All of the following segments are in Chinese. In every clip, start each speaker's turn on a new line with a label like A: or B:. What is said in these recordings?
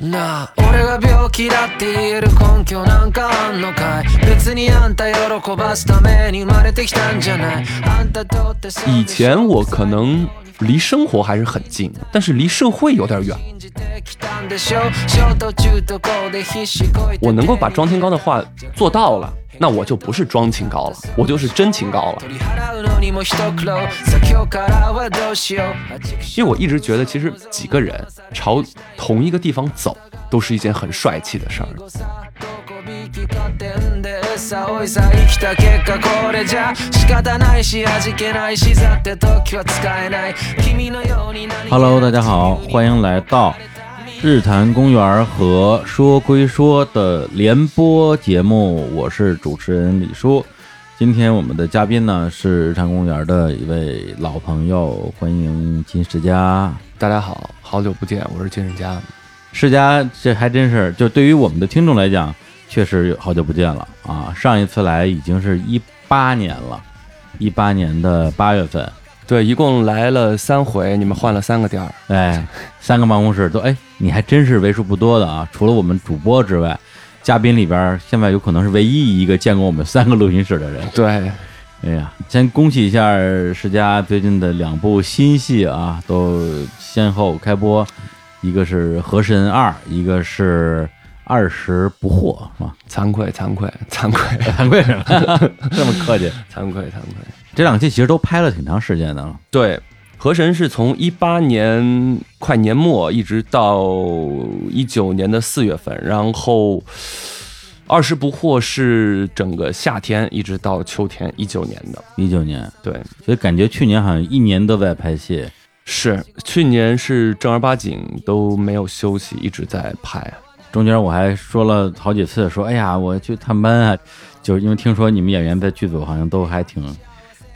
A: なあ俺が病気だって言える根拠なんかあんのかい別にあんた喜ばすために生まれてきたんじゃないあんたとってそうでしょ
B: 以前我可能离生活还是很近，但是离社会有点远。
A: 信じてきたんでしょ小途中とこで必死こいて
B: 我能够把庄天高的话做到了，那我就不是装清高了，我就是真清高了。
A: 取り払うのにも一苦労さあ今日からはどうしようあちくし
B: 因为我一直觉得，其实几个人朝同一个地方走，都是一件很帅气的事儿。
A: ょさどこ引き立てんでさおいさ生きた結果これじゃ仕方ないし味気ないしさって時は使えない君のように何気ない
C: Hello，大家好，欢迎来到日坛公园和说归说的联播节目，我是主持人李叔。今天我们的嘉宾呢是日坛公园的一位老朋友，欢迎金世佳。
B: 大家好，好久不见，我是金世佳。
C: 世佳，这还真是，就对于我们的听众来讲，确实有好久不见了啊！上一次来已经是一八年了，一八年的八月份，
B: 对，一共来了三回，你们换了三个地儿。
C: 哎，三个办公室都哎，你还真是为数不多的啊！除了我们主播之外，嘉宾里边儿现在有可能是唯一一个见过我们三个录音室的人。
B: 对，
C: 哎呀，先恭喜一下世嘉最近的两部新戏啊，都先后开播，一个是《河神二》，一个是《二十不惑》，啊是吧？
B: 惭愧，惭愧，惭愧，
C: 惭愧什么？这么客气。
B: 惭愧，惭愧。
C: 这两期其实都拍了挺长时间的了，
B: 对，河神是从一八年快年末一直到一九年的四月份，然后二十不惑是整个夏天一直到秋天一九年的。
C: 一九年，
B: 对，
C: 所以感觉去年好像一年都在拍戏。
B: 是去年是正儿八经都没有休息，一直在拍。
C: 中间我还说了好几次，说哎呀，我去探班啊，就是因为听说你们演员在剧组好像都还挺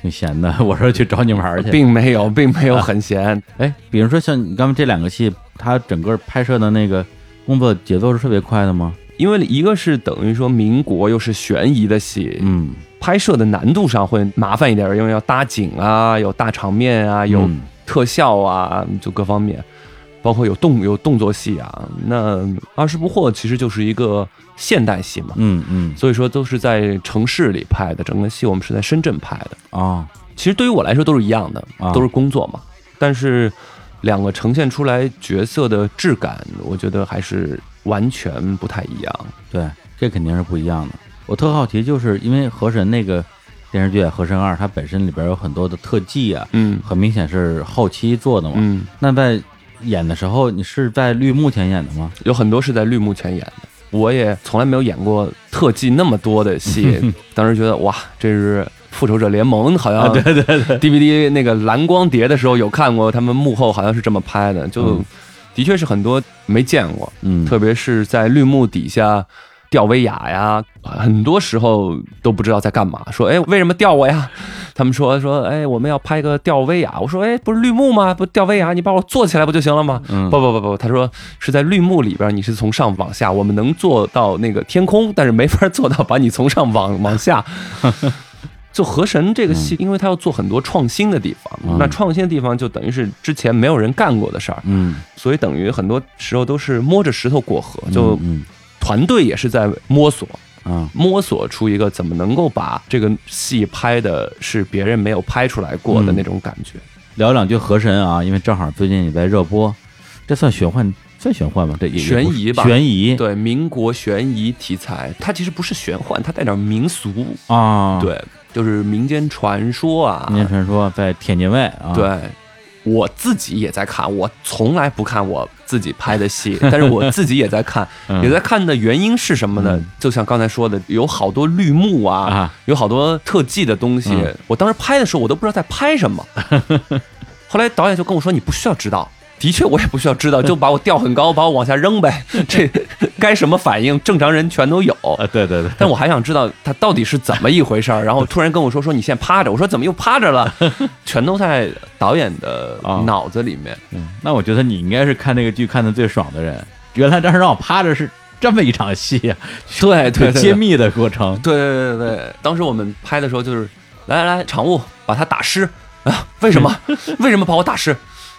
C: 挺闲的， 我说去找你玩儿去。
B: 并没有，啊并没有很闲。
C: 哎，比如说像你刚才这两个戏，它整个拍摄的那个工作节奏是特别快的吗？
B: 因为一个是等于说民国又是悬疑的戏，
C: 嗯，
B: 拍摄的难度上会麻烦一点，因为要搭景啊，有大场面啊，有
C: 嗯
B: 特效啊，就各方面，包括有动有动作戏啊。那《二十不惑》其实就是一个现代戏嘛，
C: 嗯嗯
B: 所以说都是在城市里拍的，整个戏我们是在深圳拍的。
C: 哦，
B: 其实对于我来说都是一样的
C: 啊，
B: 都是工作嘛。但是两个呈现出来角色的质感，我觉得还是完全不太一样。
C: 对，这肯定是不一样的。我特好奇，就是因为《河神》那个电视剧《啊河神二》，它本身里边有很多的特技啊，
B: 嗯
C: 很明显是后期做的嘛。
B: 嗯，
C: 那在演的时候，你是在绿幕前演的吗？
B: 有很多是在绿幕前演的。我也从来没有演过特技那么多的
C: 嗯
B: 戏，当时觉得哇，这是《复仇者联盟》好 像
C: 啊对对
B: DVD 那个蓝光碟的时候有看过，他们幕后好像是这么拍的，就
C: 嗯
B: 的确是很多没见过。
C: 嗯，
B: 特别是在绿幕底下吊威亚呀，很多时候都不知道在干嘛。说，哎，为什么吊我呀？ 他们说说，哎，我们要拍个吊威亚。我说，哎，不是绿幕吗？不吊威亚，你把我做起来不就行了吗？
C: 嗯
B: 不不不不，他说是在绿幕里边，你是从上往下，我们能做到那个天空，但是没法做到把你从上往往 下。就河神这个戏，因为它要做很多创新的地方，
C: 嗯
B: 那创新的地方就等于是之前没有人干过的事儿，
C: 嗯，
B: 所以等于很多时候都是摸着石头过河，
C: 嗯，
B: 就
C: 嗯
B: 团队也是在摸索，
C: 啊，
B: 摸索出一个怎么能够把这个戏拍的是别人没有拍出来过
C: 嗯
B: 的那种感觉。
C: 聊两句《河神》啊，因为正好最近也在热播，这算玄幻，算玄幻吗？这也
B: 悬
C: 也不是
B: 疑吧
C: 悬疑
B: 对，民国悬疑题材，它其实不是玄幻，它带点民俗，
C: 啊，，
B: 对，就是民间传说啊。
C: 民间传说在铁剑卫啊，，
B: 对，我自己也在看，我从来不看我自己拍的 戏，但是我自己也在看，
C: 嗯
B: 也在看的原因是什么呢
C: 嗯？
B: 就像刚才说的，有好多绿幕啊
C: 啊，
B: 有好多特技的东西
C: 嗯。
B: 我当时拍的时候，我都不知道在拍什 么。后来导演就跟我说：“你不需要知道。”的确，我也不需要知道，就把我吊很高，把我往下扔 呗。这该什么反应，正常人全都有。
C: 啊，对对 对，
B: 但我还想知道他到底是怎么一回事儿。然 后突然跟我说说你现在趴着，我说怎么又趴着了？全都在导演的
C: 啊
B: 脑子里面。
C: 嗯那我觉得你应该是看这个剧看的最爽的人。原来当时让我趴着是这么一场戏呀、
B: 对 对
C: 对， 揭
B: 对
C: 秘的过程，
B: 对对对对，当时我们拍 的时候就是来来来，场务把它打湿啊？为什么？为什么把我打湿？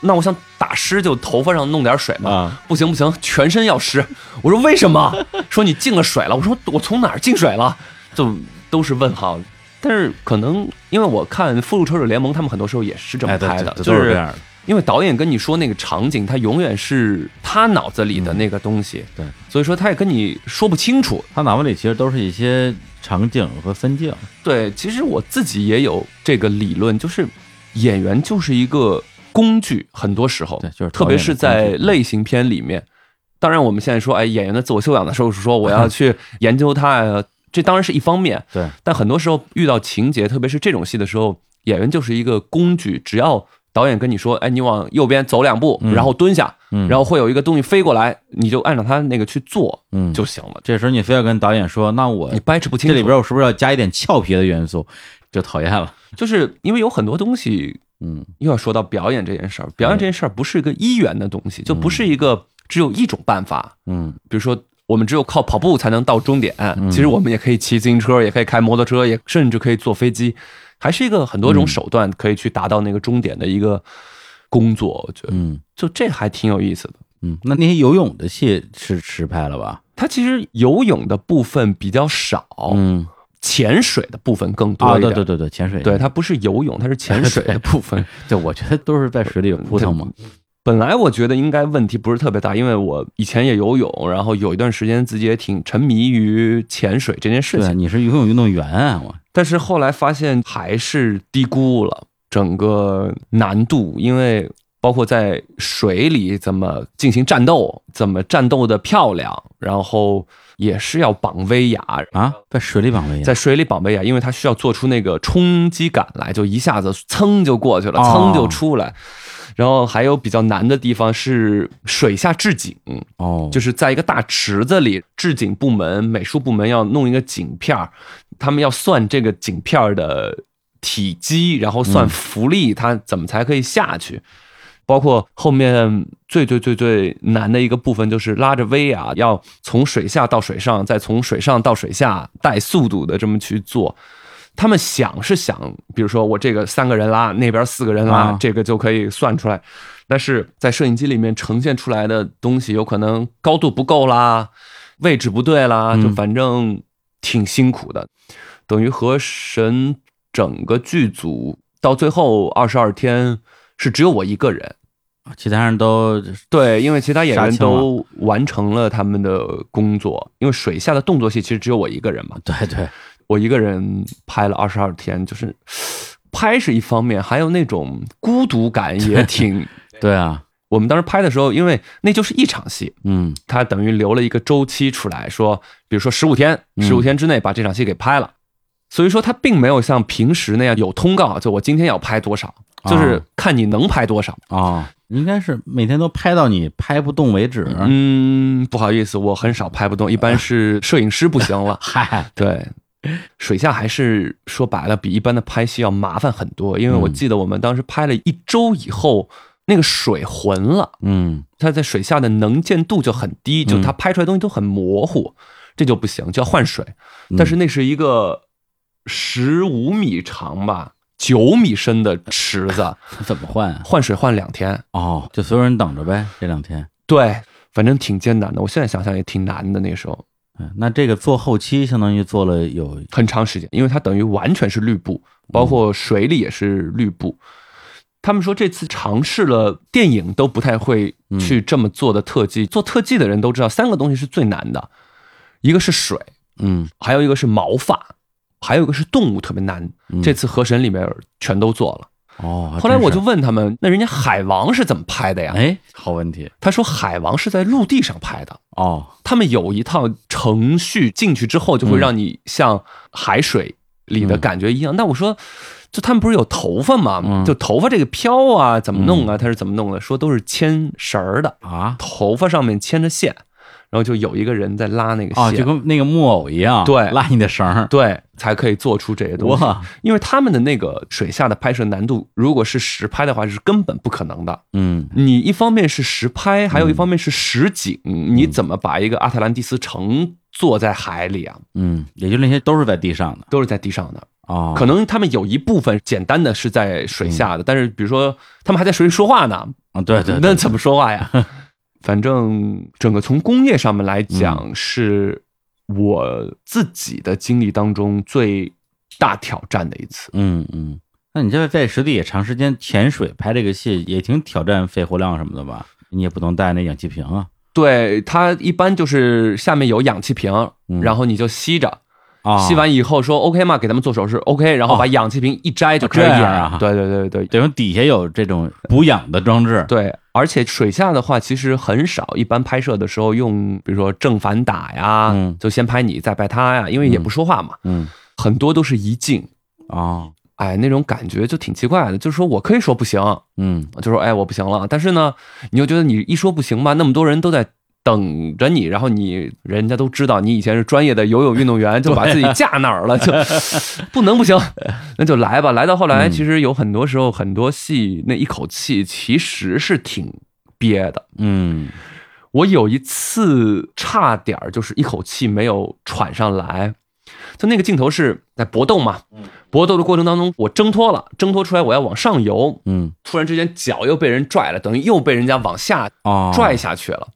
B: 那我想打湿就头发上弄点水嘛。
C: 啊，
B: 不行不行，全身要湿。我说为什么？说你进了水了。我说我从哪儿进水了？就都是问号。但是可能因为我看《复仇者联盟》，他们很多时候也是这么
C: 哎，对
B: 拍的，
C: 这这
B: 就
C: 都是这
B: 是
C: 样的。
B: 因为导演跟你说那个场景，他永远是他脑子里的那个东西，
C: 嗯对，
B: 所以说他也跟你说不清楚。
C: 他脑子里其实都是一些场景和分镜，
B: 对，其实我自己也有这个理论，就是演员就是一个工具，很多时候，
C: 对，就是
B: 特
C: 导
B: 别
C: 演
B: 是
C: 的
B: 在
C: 工具
B: 类型片里面。当然，我们现在说，哎，演员的自我修养的时候，是说我 要去研究他，呃这当然是一方面。
C: 对，
B: 但很多时候遇到情节，特别是这种戏的时候，演员就是一个工具，只要导演跟你说，哎，你往右边走两步，
C: 嗯
B: 然后蹲下，
C: 嗯，
B: 然后会有一个东西飞过来，你就按照他那个去做
C: 嗯，
B: 就行了。
C: 这时候你非要跟导演说，那我
B: 你掰扯不清
C: 这
B: 楚，
C: 里边我是不是要加一点俏皮的元素，就讨厌了。
B: 就是因为有很多东西
C: 嗯，
B: 又要说到表演这件事儿，表演这件事儿不是一个一元的东西，就不是一个只有一种办法。
C: 嗯，
B: 比如说，我们只有靠跑步才能到终点，其实我们也可以骑自行车，也可以开摩托车，也甚至可以坐飞机，还是一个很多
C: 嗯
B: 种手段可以去达到那个终点的一个工作。我觉得，
C: 嗯
B: 就这还挺有意思的。
C: 嗯，那那些游泳的戏是实拍了吧？
B: 它其实游泳的部分比较少，
C: 嗯，
B: 潜水的部分更哦多
C: 啊，
B: 一点。
C: 对对对对，潜水，
B: 对，它不是游泳，它是潜水的部分。
C: 对，我觉得都是在水里有扑腾嘛。
B: 本来我觉得应该问题不是特别大，因为我以前也游泳，然后有一段时间自己也挺沉迷于潜水这件事
C: 对，啊
B: 情，
C: 你是游泳运动员啊，我
B: 但是后来发现还是低估了整个难度，因为包括在水里怎么进行战斗，怎么战斗的漂亮，然后也是要绑威亚。
C: 啊，在水里绑了一
B: 在水里绑威亚，因为它需要做出那个冲击感来，就一下子噌就过去了，
C: 哦
B: 噌就出来。然后还有比较难的地方是水下置景，
C: 哦，
B: 就是在一个大池子里，置景部门、美术部门要弄一个景片儿，他们要算这个景片儿的体积，然后
C: 嗯
B: 算浮力，它怎么才可以下去。包括后面最最最最难的一个部分就是拉着 V 啊，要从水下到水上，再从水上到水下带速度的这么去做。他们想是想，比如说我这个三个人拉，那边四个人拉，
C: 啊
B: 这个就可以算出来。但是在摄影机里面呈现出来的东西，有可能高度不够啦，位置不对啦，就
C: 嗯
B: 反正挺辛苦的。等于和神整个剧组到最后二十二天是只有我一个人。
C: 哦其他人都
B: 对，因为其他演
C: 杀
B: 员
C: 青了
B: 都完成了他们的工作，因为水下的动作戏其实只有我一个人嘛，
C: 对对，
B: 我一个人拍了二十二天，就是拍是一方面，还有那种孤独感也挺。
C: 对啊，
B: 我们当时拍的时候，因为那就是一场戏，
C: 嗯
B: 他等于留了一个周期出来说，比如说十五天，
C: 嗯
B: 十五天之内把这场戏给拍了。所以说他并没有像平时那样有通告，就我今天要拍多少，
C: 啊
B: 就是看你能拍多少。
C: 哦，应该是每天都拍到你拍不动为止。。
B: 嗯，不好意思，我很少拍不动，一般是摄影师不行了
C: 嗨，
B: 对，水下还是说白了比一般的拍戏要麻烦很多，因为我
C: 嗯
B: 记得我们当时拍了一周以后，那个水浑了。
C: 嗯
B: 它在水下的能见度就很低，就它拍出来的东西都很模糊，这就不行，就要换水。但是那是一个十五米长吧、九米深的池子，
C: 怎么换啊？
B: 换水换两天，
C: 哦，就所有人等着呗，这两天。
B: 对，反正挺艰难的。我现在想想也挺难的，那个时候
C: 嗯，那这个做后期相当于做了有
B: 很长时间，因为它等于完全是绿布，包括水里也是绿布。他们说这次尝试了电影都不太会去这么做的特技，做特技的人都知道，三个东西是最难的，一个是水。
C: 嗯
B: 还有一个是毛发，还有一个是动物特别难。这次河神里面全都做了。
C: 哦，还
B: 后来
C: 嗯真
B: 我
C: 是
B: 就问他们，那人家海王是怎么拍的呀？
C: 哎，好问题
B: 他说海王是在陆地上拍的。
C: 哦，
B: 他们有一套程序，进去之后
C: 嗯
B: 就会让你像海水里的感觉一样。那我说，就他们不是有头发吗？
C: 嗯
B: 就头发这个飘啊，怎么弄啊？他是怎么弄的？说都是牵绳儿的，
C: 啊
B: 头发上面牵着线，然后就有一个人在拉那个
C: 哦，
B: 线，
C: 就跟那个木偶一样，
B: 对
C: 拉你的绳儿，
B: 对，才可以做出这些东西。
C: 哇，
B: 因为他们的那个水下的拍摄难度，如果是实拍的话，是根本不可能的。
C: 嗯
B: 你一方面是实拍，还有一方面是实景，你怎么把一个阿特兰蒂斯城坐在海里啊？
C: 嗯，也就那些都是在地上的
B: 都是在地上的，
C: 哦，
B: 可能他们有一部分简单的是在水下的，但是比如说他们还在水里说话呢，
C: 啊，嗯对对，
B: 那怎么说话 呀？反正整个从工业上面来
C: 嗯
B: 讲，是我自己的经历当中最大挑战的一次。
C: 嗯嗯，那你这在实地也长时间潜水拍这个戏，也挺挑战肺活量什么的吧？你也不能带那氧气瓶啊
B: 对，它一般就是下面有氧气瓶，
C: 嗯
B: 然后你就吸着，
C: 啊！哦
B: 吸完以后说 OK 吗？给他们做手势 OK，然后把氧气瓶一摘就开始
C: 这
B: 演。
C: 样啊
B: 对对对对对
C: 等于底下有这种补氧的装置，
B: 对，而且水下的话其实很少，一般拍摄的时候用，比如说正反打呀，
C: 嗯
B: 就先拍你再拍他呀，因为也不说话嘛，
C: 嗯
B: 很多都是一镜。
C: 啊
B: 哎，那种感觉就挺奇怪的，就是说我可以说不行，
C: 嗯
B: 就说哎我不行了，但是呢，你又觉得你一说不行吧，那么多人都在等着你，然后你人家都知道你以前是专业的游泳运动员，就把自己架那儿了，就不能不行，那就来吧。来到后来，
C: 嗯
B: 其实有很多时候很多戏那一口气其实是挺憋的。
C: 嗯
B: 我有一次差点儿就是一口气没有喘上来，就那个镜头是在搏斗嘛，搏斗的过程当中我挣脱了，挣脱出来我要往上游，
C: 嗯
B: 突然之间脚又被人拽了，等于又被人家往下
C: 啊，
B: 拽下去了。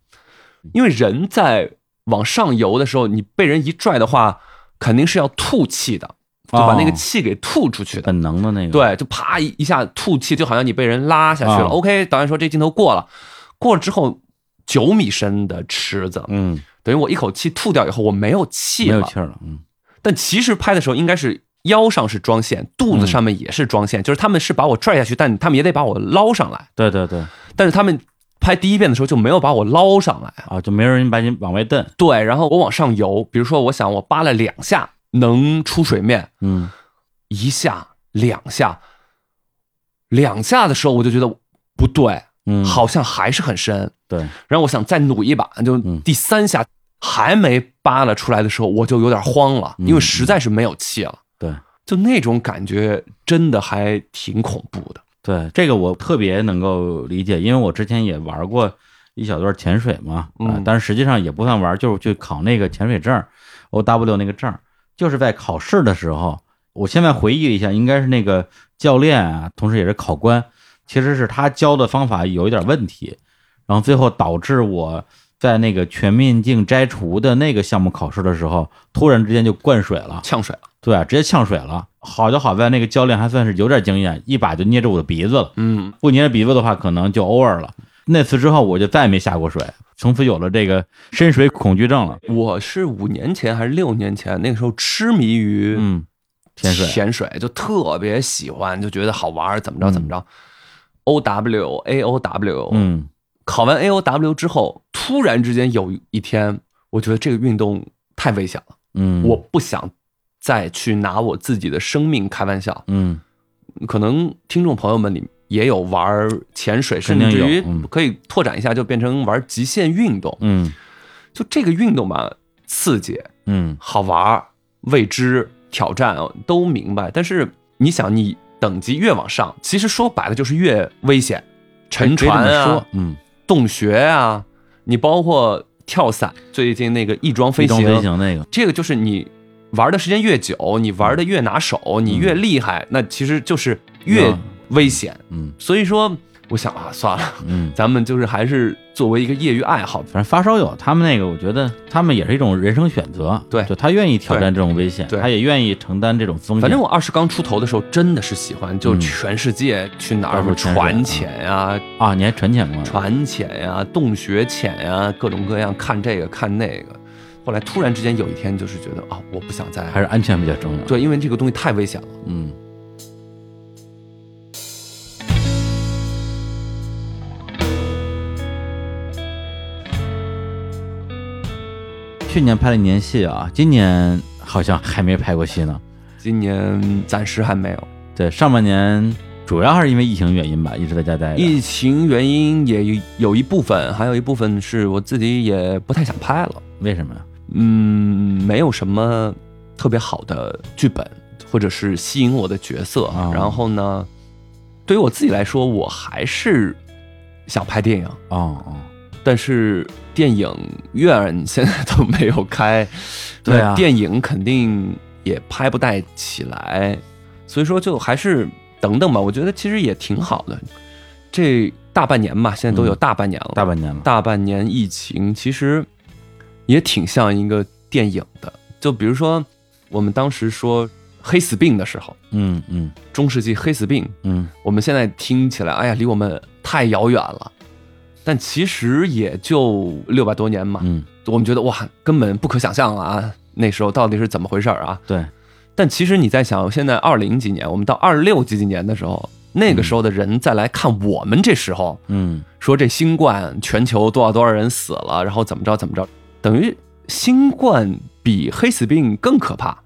B: 因为人在往上游的时候，你被人一拽的话，肯定是要吐气的，就把那个
C: 哦嗯
B: 气给吐出去的。
C: 本能的那个，
B: 对，就啪一一下吐气，就好像你被人拉下去了。
C: 啊
B: OK，导演说这镜头过了，过了之后九米深的池子，
C: 嗯，
B: 等于我一口气吐掉以后，我没有气
C: 没有
B: 了。
C: 气儿了，嗯
B: 但其实拍的时候应该是腰上是装线，肚子
C: 嗯
B: 上面也是装线，就是他们是把我拽下去，但他们也得把我捞上来。
C: 对对对
B: 但是他们拍第一遍的时候就没有把我捞上来。
C: 啊，就没人把你往外蹬，
B: 对，然后我往上游，比如说我想我扒了两下能出水面，
C: 嗯
B: 一下两下，两下的时候我就觉得不对，
C: 嗯，
B: 好像还是很深。
C: 对，
B: 然后我想再努一把，就
C: 嗯
B: 第三下还没扒拉出来的时候，我就有点慌了，
C: 嗯
B: 因为实在是没有气了。
C: 对
B: 就那种感觉，真的还挺恐怖的。
C: 对，这个我特别能够理解，因为我之前也玩过一小段潜水嘛，啊、
B: 嗯
C: 但是实际上也不算玩，就是去考那个潜水证，O W 那个证儿，就是在考试的时候，我现在回忆了一下，应该是那个教练啊，同时也是考官，其实是他教的方法有一点问题，然后最后导致我在那个全面镜摘除的那个项目考试的时候，突然之间就灌水了。
B: 呛水了，
C: 对，啊直接呛水了。好就好在那个教练还算是有点经验，一把就捏着我的鼻子了。
B: 嗯，
C: 不捏着鼻子的话，可能就 over 了。那次之后，我就再也没下过水，从此有了这个深水恐惧症了。
B: 我是五年前还是六年前，那个时候痴迷于
C: 嗯，潜水
B: 潜水就特别喜欢，就觉得好玩，怎么着怎么着。O W A O W，，
C: 嗯
B: 考完 A O W 之后，突然之间有一天，我觉得这个运动太危险了，
C: 嗯，
B: 我不想再去拿我自己的生命开玩笑。
C: 嗯
B: 可能听众朋友们里也有玩潜水，
C: 肯
B: 甚
C: 定
B: 至
C: 有
B: 于
C: 嗯
B: 可以拓展一下，就变成玩极限运动。
C: 嗯
B: 就这个运动吧，刺激，
C: 嗯
B: 好玩儿、未知、挑战啊都明白。但是你想，你等级越往上，其实说白了就是越危险，沉船
C: 哎可以这么
B: 啊
C: 说、嗯，
B: 洞穴啊，你包括跳伞，最近那个翼装飞
C: 移动
B: 行，
C: 飞行那个，
B: 这个就是你玩的时间越久，你玩的越拿手，你越厉害，那其实就是越
C: 嗯
B: 危险。
C: 嗯
B: 所以说，我想啊，算了，
C: 嗯，
B: 咱们就是还是作为一个业余爱好，
C: 反正发烧友他们那个，我觉得他们也是一种人生选择。
B: 对
C: 就他愿意挑战这种危险，
B: 对
C: 他也愿意承担这种风险。
B: 反正我二十刚出头的时候，真的是喜欢，就
C: 嗯
B: 全世界去哪
C: 到
B: 儿
C: 处潜水
B: 船潜呀、
C: 啊，你还沉潜过？
B: 船潜呀、洞穴潜呀，各种各样看这个看那个。后来突然之间有一天，就是觉得啊，我不想再
C: 还是安全比较重要。，
B: 对，因为这个东西太危险了。
C: 嗯。去年拍了一年戏啊，今年好像还没拍过戏呢。
B: 今年暂时还没有，
C: 对，上半年主要还是因为疫情原因吧，一直在家待着。
B: 疫情原因也有一部分，还有一部分是我自己也不太想拍了。
C: 为什么呀？
B: 嗯，没有什么特别好的剧本，或者是吸引我的角色。
C: 啊
B: 然后呢，对于我自己来说，我还是想拍电影，
C: 哦哦，
B: 但是电影院现在都没有开，
C: 对啊
B: 那电影肯定也拍不带起来，所以说就还是等等吧。我觉得其实也挺好的，这大半年吧，现在都有
C: 嗯
B: 大半年了。
C: 大半年了，
B: 大半年疫情，其实也挺像一个电影的。就比如说，我们当时说黑死病的时候，
C: 嗯嗯
B: 中世纪黑死病，
C: 嗯，
B: 我们现在听起来，哎呀，离我们太遥远了。但其实也就六百多年嘛，
C: 嗯，
B: 我们觉得哇，根本不可想象了啊！那时候到底是怎么回事儿啊？
C: 对，
B: 但其实你在想，现在二零几年，我们到二六几几年的时候，那个时候的人再来看我们这时候，
C: 嗯
B: 说这新冠全球多少多少人死了，然后怎么着怎么着，等于新冠比黑死病更可怕，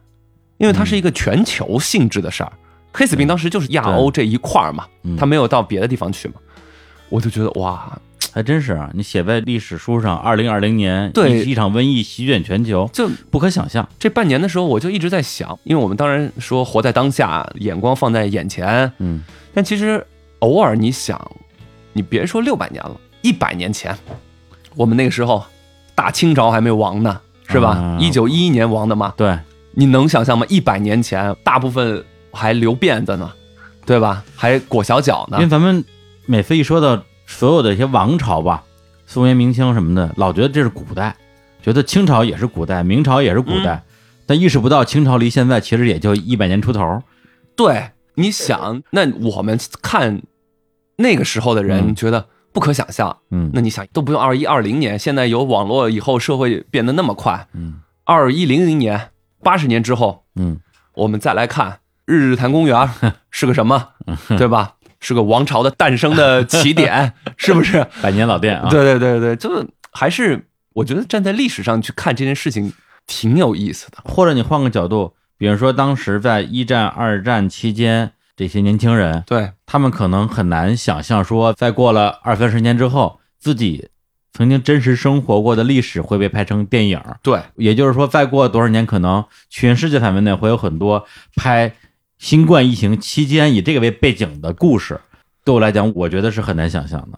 B: 因为它是一个全球性质的事儿。黑死病当时就是亚欧这一块儿嘛，
C: 嗯，
B: 它没有到别的地方去嘛，我就觉得哇，
C: 还真是啊！你写在历史书上，二零二零年
B: 对
C: 一一场瘟疫席卷全球，
B: 就
C: 不可想象。
B: 这半年的时候，我就一直在想，因为我们当然说活在当下，眼光放在眼前，
C: 嗯
B: 但其实偶尔你想，你别说六百年了，一百年前，我们那个时候大清朝还没亡呢，是吧
C: 啊？
B: 一九一一年亡的嘛，，
C: 对，
B: 你能想象吗？一百年前，大部分还留辫子呢，对吧？还裹小脚
C: 因为
B: 呢，
C: 咱们每次一说到所有的一些王朝吧，宋元明清什么的，老觉得这是古代，觉得清朝也是古代，明朝也是古代，但意识不到清朝离现在其实也就一百年出头。
B: 对。你想，那我们看那个时候的人，
C: 嗯
B: 觉得不可想象。
C: 嗯，
B: 那你想，都不用二一二零年，现在有网络以后，社会变得那么快，
C: 嗯
B: 二一零零年，八十年之后，
C: 嗯
B: 我们再来看日日坛公园 是个什么，对吧？是个王朝的诞生的起 点，是不是？
C: 百年老店啊，，
B: 对对对对，就还是我觉得站在历史上去看这件事情挺有意思的。
C: 或者你换个角度，比如说当时在一战、二战期间，这些年轻人，
B: 对，
C: 他们可能很难想象说，在过了二三十年之后，自己曾经真实生活过的历史会被拍成电影。
B: 对，
C: 也就是说，再过多少年，可能全世界范围内会有很多拍新冠疫情期间以这个为背景的故事。对我来讲，我觉得是很难想象的。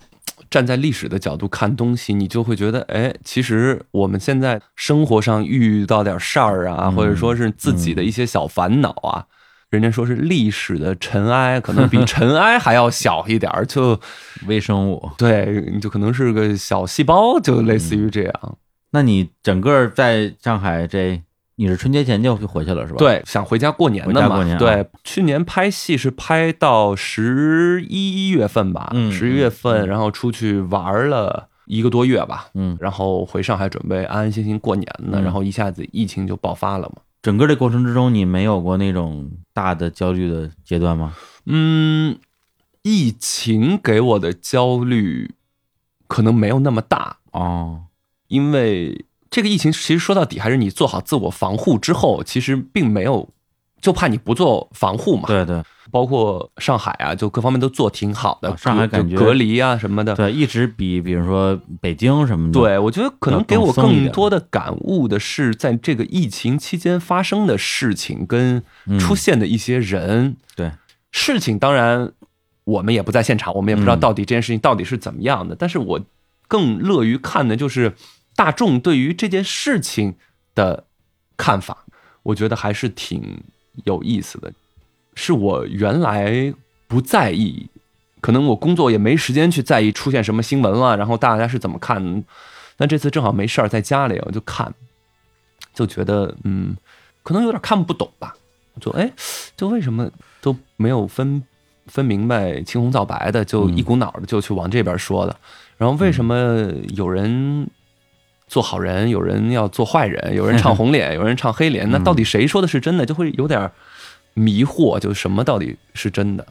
B: 站在历史的角度看东西，你就会觉得，哎，其实我们现在生活上遇到点事儿啊，或者说是自己的一些小烦恼啊，人家说是历史的尘埃，可能比尘埃还要小一点儿，就
C: 微生物，
B: 对，你就可能是个小细胞，就类似于这样。
C: 那你整个在上海这，你是春节前就回去了是吧？，
B: 对，想回家过年的
C: 回家
B: 嘛。
C: 过年啊
B: 对，去年拍戏是拍到十一月份吧，
C: 嗯
B: 十一月份，然后出去玩了一个多月吧，
C: 嗯，
B: 然后回上海准备安安心心过年呢，
C: 嗯
B: 然后一下子疫情就爆发了嘛。
C: 整个这过程之中，你没有过那种大的焦虑的阶段吗？
B: 嗯，疫情给我的焦虑可能没有那么大，
C: 哦，
B: 因为这个疫情其实说到底还是你做好自我防护之后，其实并没有，就怕你不做防护嘛。
C: 对对
B: 包括上海啊，就各方面都做挺好的，
C: 啊上海
B: 隔
C: 感觉
B: 就隔离啊什么的。
C: 对，一直比比如说北京什么的，，
B: 对，我觉得可能给我
C: 更松一点
B: 更多的感悟的是，在这个疫情期间发生的事情跟
C: 嗯
B: 出现的一些人。
C: 对，
B: 事情当然我们也不在现场，我们也不知道
C: 嗯
B: 到底这件事情到底是怎么样的。但是我更乐于看的就是大众对于这件事情的看法，我觉得还是挺有意思的。是我原来不在意，可能我工作也没时间去在意出现什么新闻了，然后大家是怎么看。但这次正好没事儿，在家里我就看，就觉得嗯，可能有点看不懂吧。就哎，就为什么都没有分分明白青红皂白的，就
C: 嗯
B: 一股脑的就去往这边说了。然后为什么有人做好人，有人要做坏人，有人唱红 脸，有人唱黑
C: 嗯
B: 脸？那到底谁说的是真的？就会有点儿迷惑，就什么到底是真的？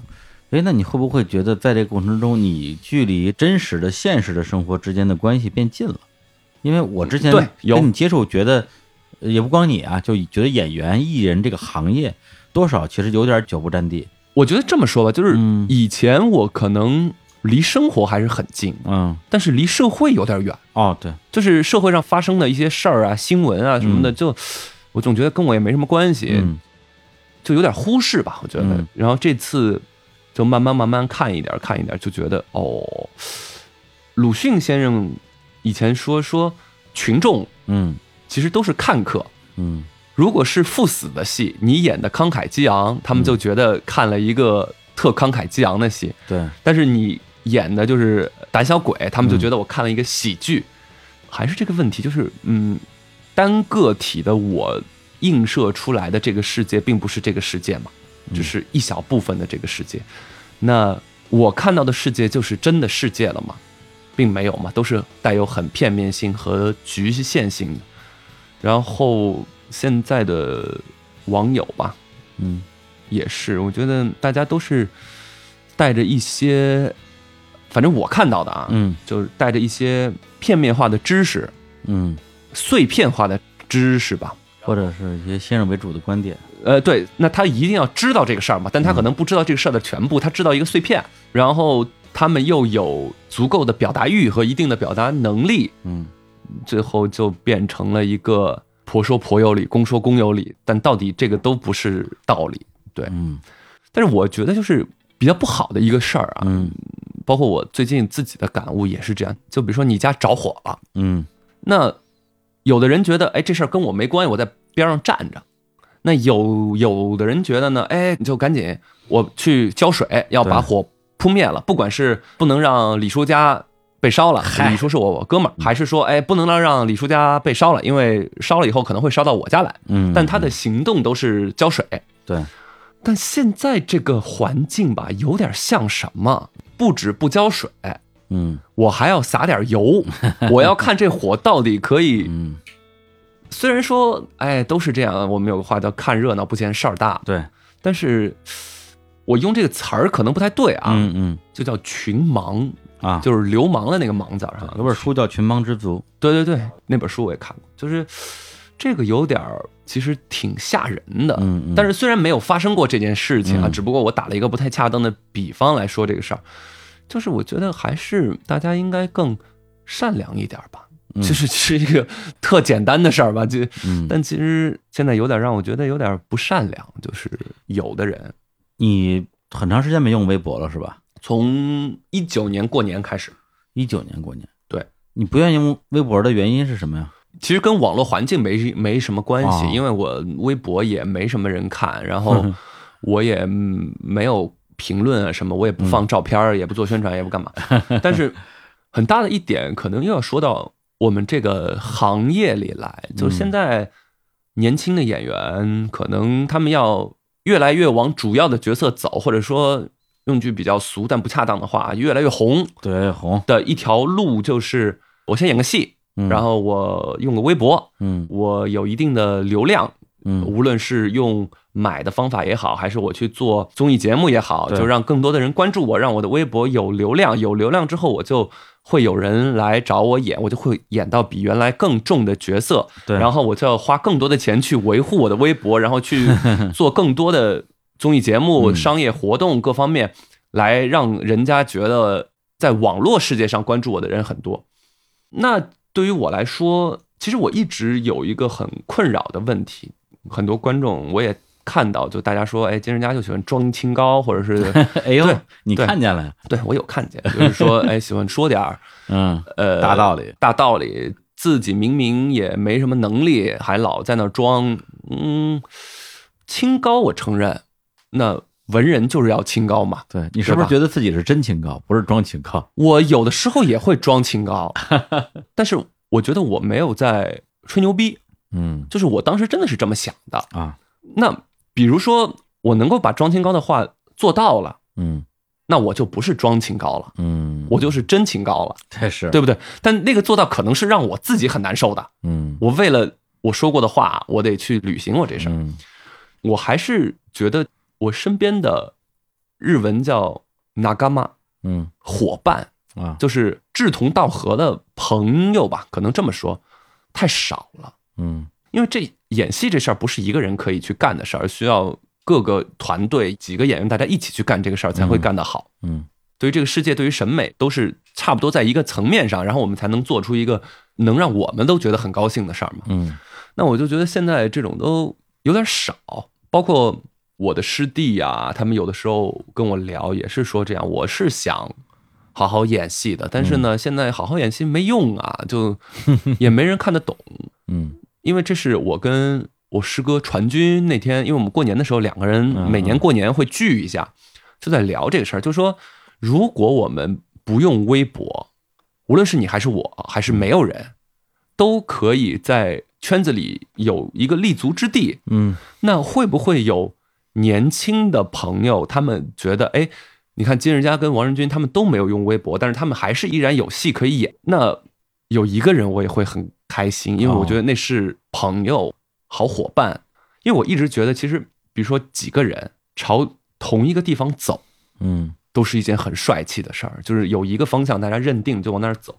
C: 哎，那你会不会觉得在这个过程中，你距离真实的、现实的生活之间的关系变近了？因为我之前
B: 对有
C: 跟你接触，觉得呃也不光你啊，就觉得演员、艺人这个行业多少其实有点久不沾地。
B: 我觉得这么说吧，就是
C: 嗯
B: 以前我可能离生活还是很近，
C: 嗯，
B: 但是离社会有点远。
C: 哦，对，
B: 就是社会上发生的一些事儿啊、新闻啊什么的，
C: 嗯
B: 就我总觉得跟我也没什么关系，
C: 嗯
B: 就有点忽视吧，我觉得。
C: 嗯
B: 然后这次就慢慢慢慢看一点儿看一点儿，就觉得哦，鲁迅先生以前说说群众
C: 嗯
B: 其实都是看客。
C: 嗯
B: 如果是赴死的戏，你演的慷慨激昂，他们就觉得看了一个特慷慨激昂的戏；
C: 对，
B: 但是你演的就是胆小鬼，他们就觉得我看了一个喜剧，还是这个问题，就是嗯，单个体的我映射出来的这个世界，并不是这个世界嘛，只是一小部分的这个世界。那我看到的世界就是真的世界了吗？并没有嘛，都是带有很片面性和局限性的。然后现在的网友吧，
C: 嗯
B: 也是，我觉得大家都是带着一些，反正我看到的啊，
C: 嗯
B: 就是带着一些片面化的知识、
C: 嗯，
B: 碎片化的知识吧。
C: 或者是一些先入为主的观点，
B: 呃，对，那他一定要知道这个事儿嘛，但他可能不知道这个事儿的全部，他知道一个碎片，然后他们又有足够的表达欲和一定的表达能力，
C: 嗯
B: 最后就变成了一个婆说婆有理，公说公有理，但到底这个都不是道理。
C: 嗯
B: 但是我觉得就是比较不好的一个事儿啊，
C: 嗯
B: 包括我最近自己的感悟也是这样。就比如说你家着火了，
C: 嗯
B: 那有的人觉得，哎，这事儿跟我没关系，我在边上站着。那有有的人觉得呢，哎，你就赶紧我去浇水，要把
C: 对
B: 火扑灭了。不管是不能让李叔家被烧了，李叔是我哥们儿，还是说，哎，不能让让李叔家被烧了，因为烧了以后可能会烧到我家来。
C: 嗯，
B: 但他的行动都是浇水。
C: 对，
B: 但现在这个环境吧，有点像什么？不止不浇水，
C: 嗯
B: 我还要撒点 油，我要看这火到底可以。
C: 嗯
B: 虽然说，哎，都是这样，我们有个话叫“看热闹不嫌事儿大
C: 对，”，
B: 但是我用这个词儿可能不太对啊，
C: 嗯嗯
B: 就叫群盲，
C: 啊，
B: 就是流氓的那个盲字儿哈。
C: 有本书叫《群帮之足
B: 对对对，那本书我也看过，就是这个有点儿，其实挺吓人的。》，
C: 嗯嗯，
B: 呃但是虽然没有发生过这件事情啊，
C: 嗯
B: 只不过我打了一个不太恰当的比方来说这个事儿，就是我觉得还是大家应该更善良一点吧。
C: 嗯
B: 就是 是一个特简单的事儿吧，就
C: 嗯，
B: 但其实现在有点让我觉得有点不善良，就是有的人
C: 你很长时间没用微博了是吧？
B: 从一九年过年开始，
C: 一九年过年，
B: 对
C: 你不愿意用微博的原因是什么呀？
B: 其实跟网络环境没没什么关系，
C: 哦
B: 因为我微博也没什么人看，然 后我也嗯没有评论啊什么，我也不放照片儿，也不做宣传，也不干 嘛。但是很大的一点，可能又要说到我们这个行业里来，就是现
C: 嗯
B: 在年轻的演员，可能他们要越来越往主要的角色走，或者说用句比较俗但不恰当的话，越来越红
C: 对，红，
B: 的一条路就是我先演个戏，
C: 嗯
B: 然后我用个微博，
C: 嗯
B: 我有一定的流量，
C: 嗯
B: 无论是用买的方法也好，还是我去做综艺节目也好，
C: 对
B: 就让更多的人关注我，让我的微博有流量。有流量之后，我就会有人来找我演，我就会演到比原来更重的角色，
C: 对，
B: 然后我就要花更多的钱去维护我的微博，然后 去做更多的综艺节目、
C: 嗯
B: 商业活动各方面，来让人家觉得在网络世界上关注我的人很多。那对于我来说，其实我一直有一个很困扰的问题，很多观众我也看到，就大家说，哎，金人家就喜欢装清高，或者是
C: 哎呦
B: 对，
C: 你
B: 对
C: 看见了，
B: 对我有看见，就是说，哎，喜欢说点儿
C: 嗯，
B: 呃
C: 大道理，
B: 大道理，自己明明也没什么能力，还老在那儿装，嗯，清高我承认，那文人就是要清高嘛。
C: 对你是不
B: 对
C: 是
B: 吧
C: 觉得自己是真清高，不是装清高？
B: 我有的时候也会装清高，但是我觉得我没有在吹牛逼，
C: 嗯
B: 就是我当时真的是这么想的。
C: 啊，
B: 那比如说我能够把装清高的话做到了，
C: 嗯
B: 那我就不是装清高了，
C: 嗯，
B: 我就是真清高了，
C: 这是
B: 对，不对？但那个做到可能是让我自己很难受的。
C: 嗯
B: 我为了我说过的话，我得去履行我这事儿。
C: 嗯
B: 我还是觉得我身边的日文叫 “nagama”
C: 嗯
B: 伙伴，
C: 啊，
B: 就是志同道合的朋友吧，可能这么说太少了。
C: 嗯
B: 因为这演戏这事儿不是一个人可以去干的事儿，需要各个团队、几个演员大家一起去干这个事儿才会干得好。
C: 嗯
B: 对于这个世界，对于审美都是差不多在一个层面上，然后我们才能做出一个能让我们都觉得很高兴的事儿嘛。
C: 嗯
B: 那我就觉得现在这种都有点少，包括我的师弟呀、他们有的时候跟我聊也是说这样，我是想好好演戏的，但是呢，现在好好演戏没用啊，就 也没人看得懂，
C: 嗯
B: 因为这是我跟我师哥传军那天，因为我们过年的时候两个人
C: 嗯
B: 每年过年会聚一下，就在聊这个事儿，就说如果我们不用微博，无论是你还是我，还是没有人，都可以在圈子里有一个立足之地。
C: 嗯
B: 那会不会有年轻的朋友，他们觉得，哎，你看金人佳跟王仁君他们都没有用微博，但是他们还是依然有戏可以演。那有一个人我也会很开心，因为我觉得那是朋友、好伙伴。因为我一直觉得，其实比如说几个人朝同一个地方走，
C: 嗯，
B: 都是一件很帅气的事儿，就是有一个方向，大家认定就往那儿走。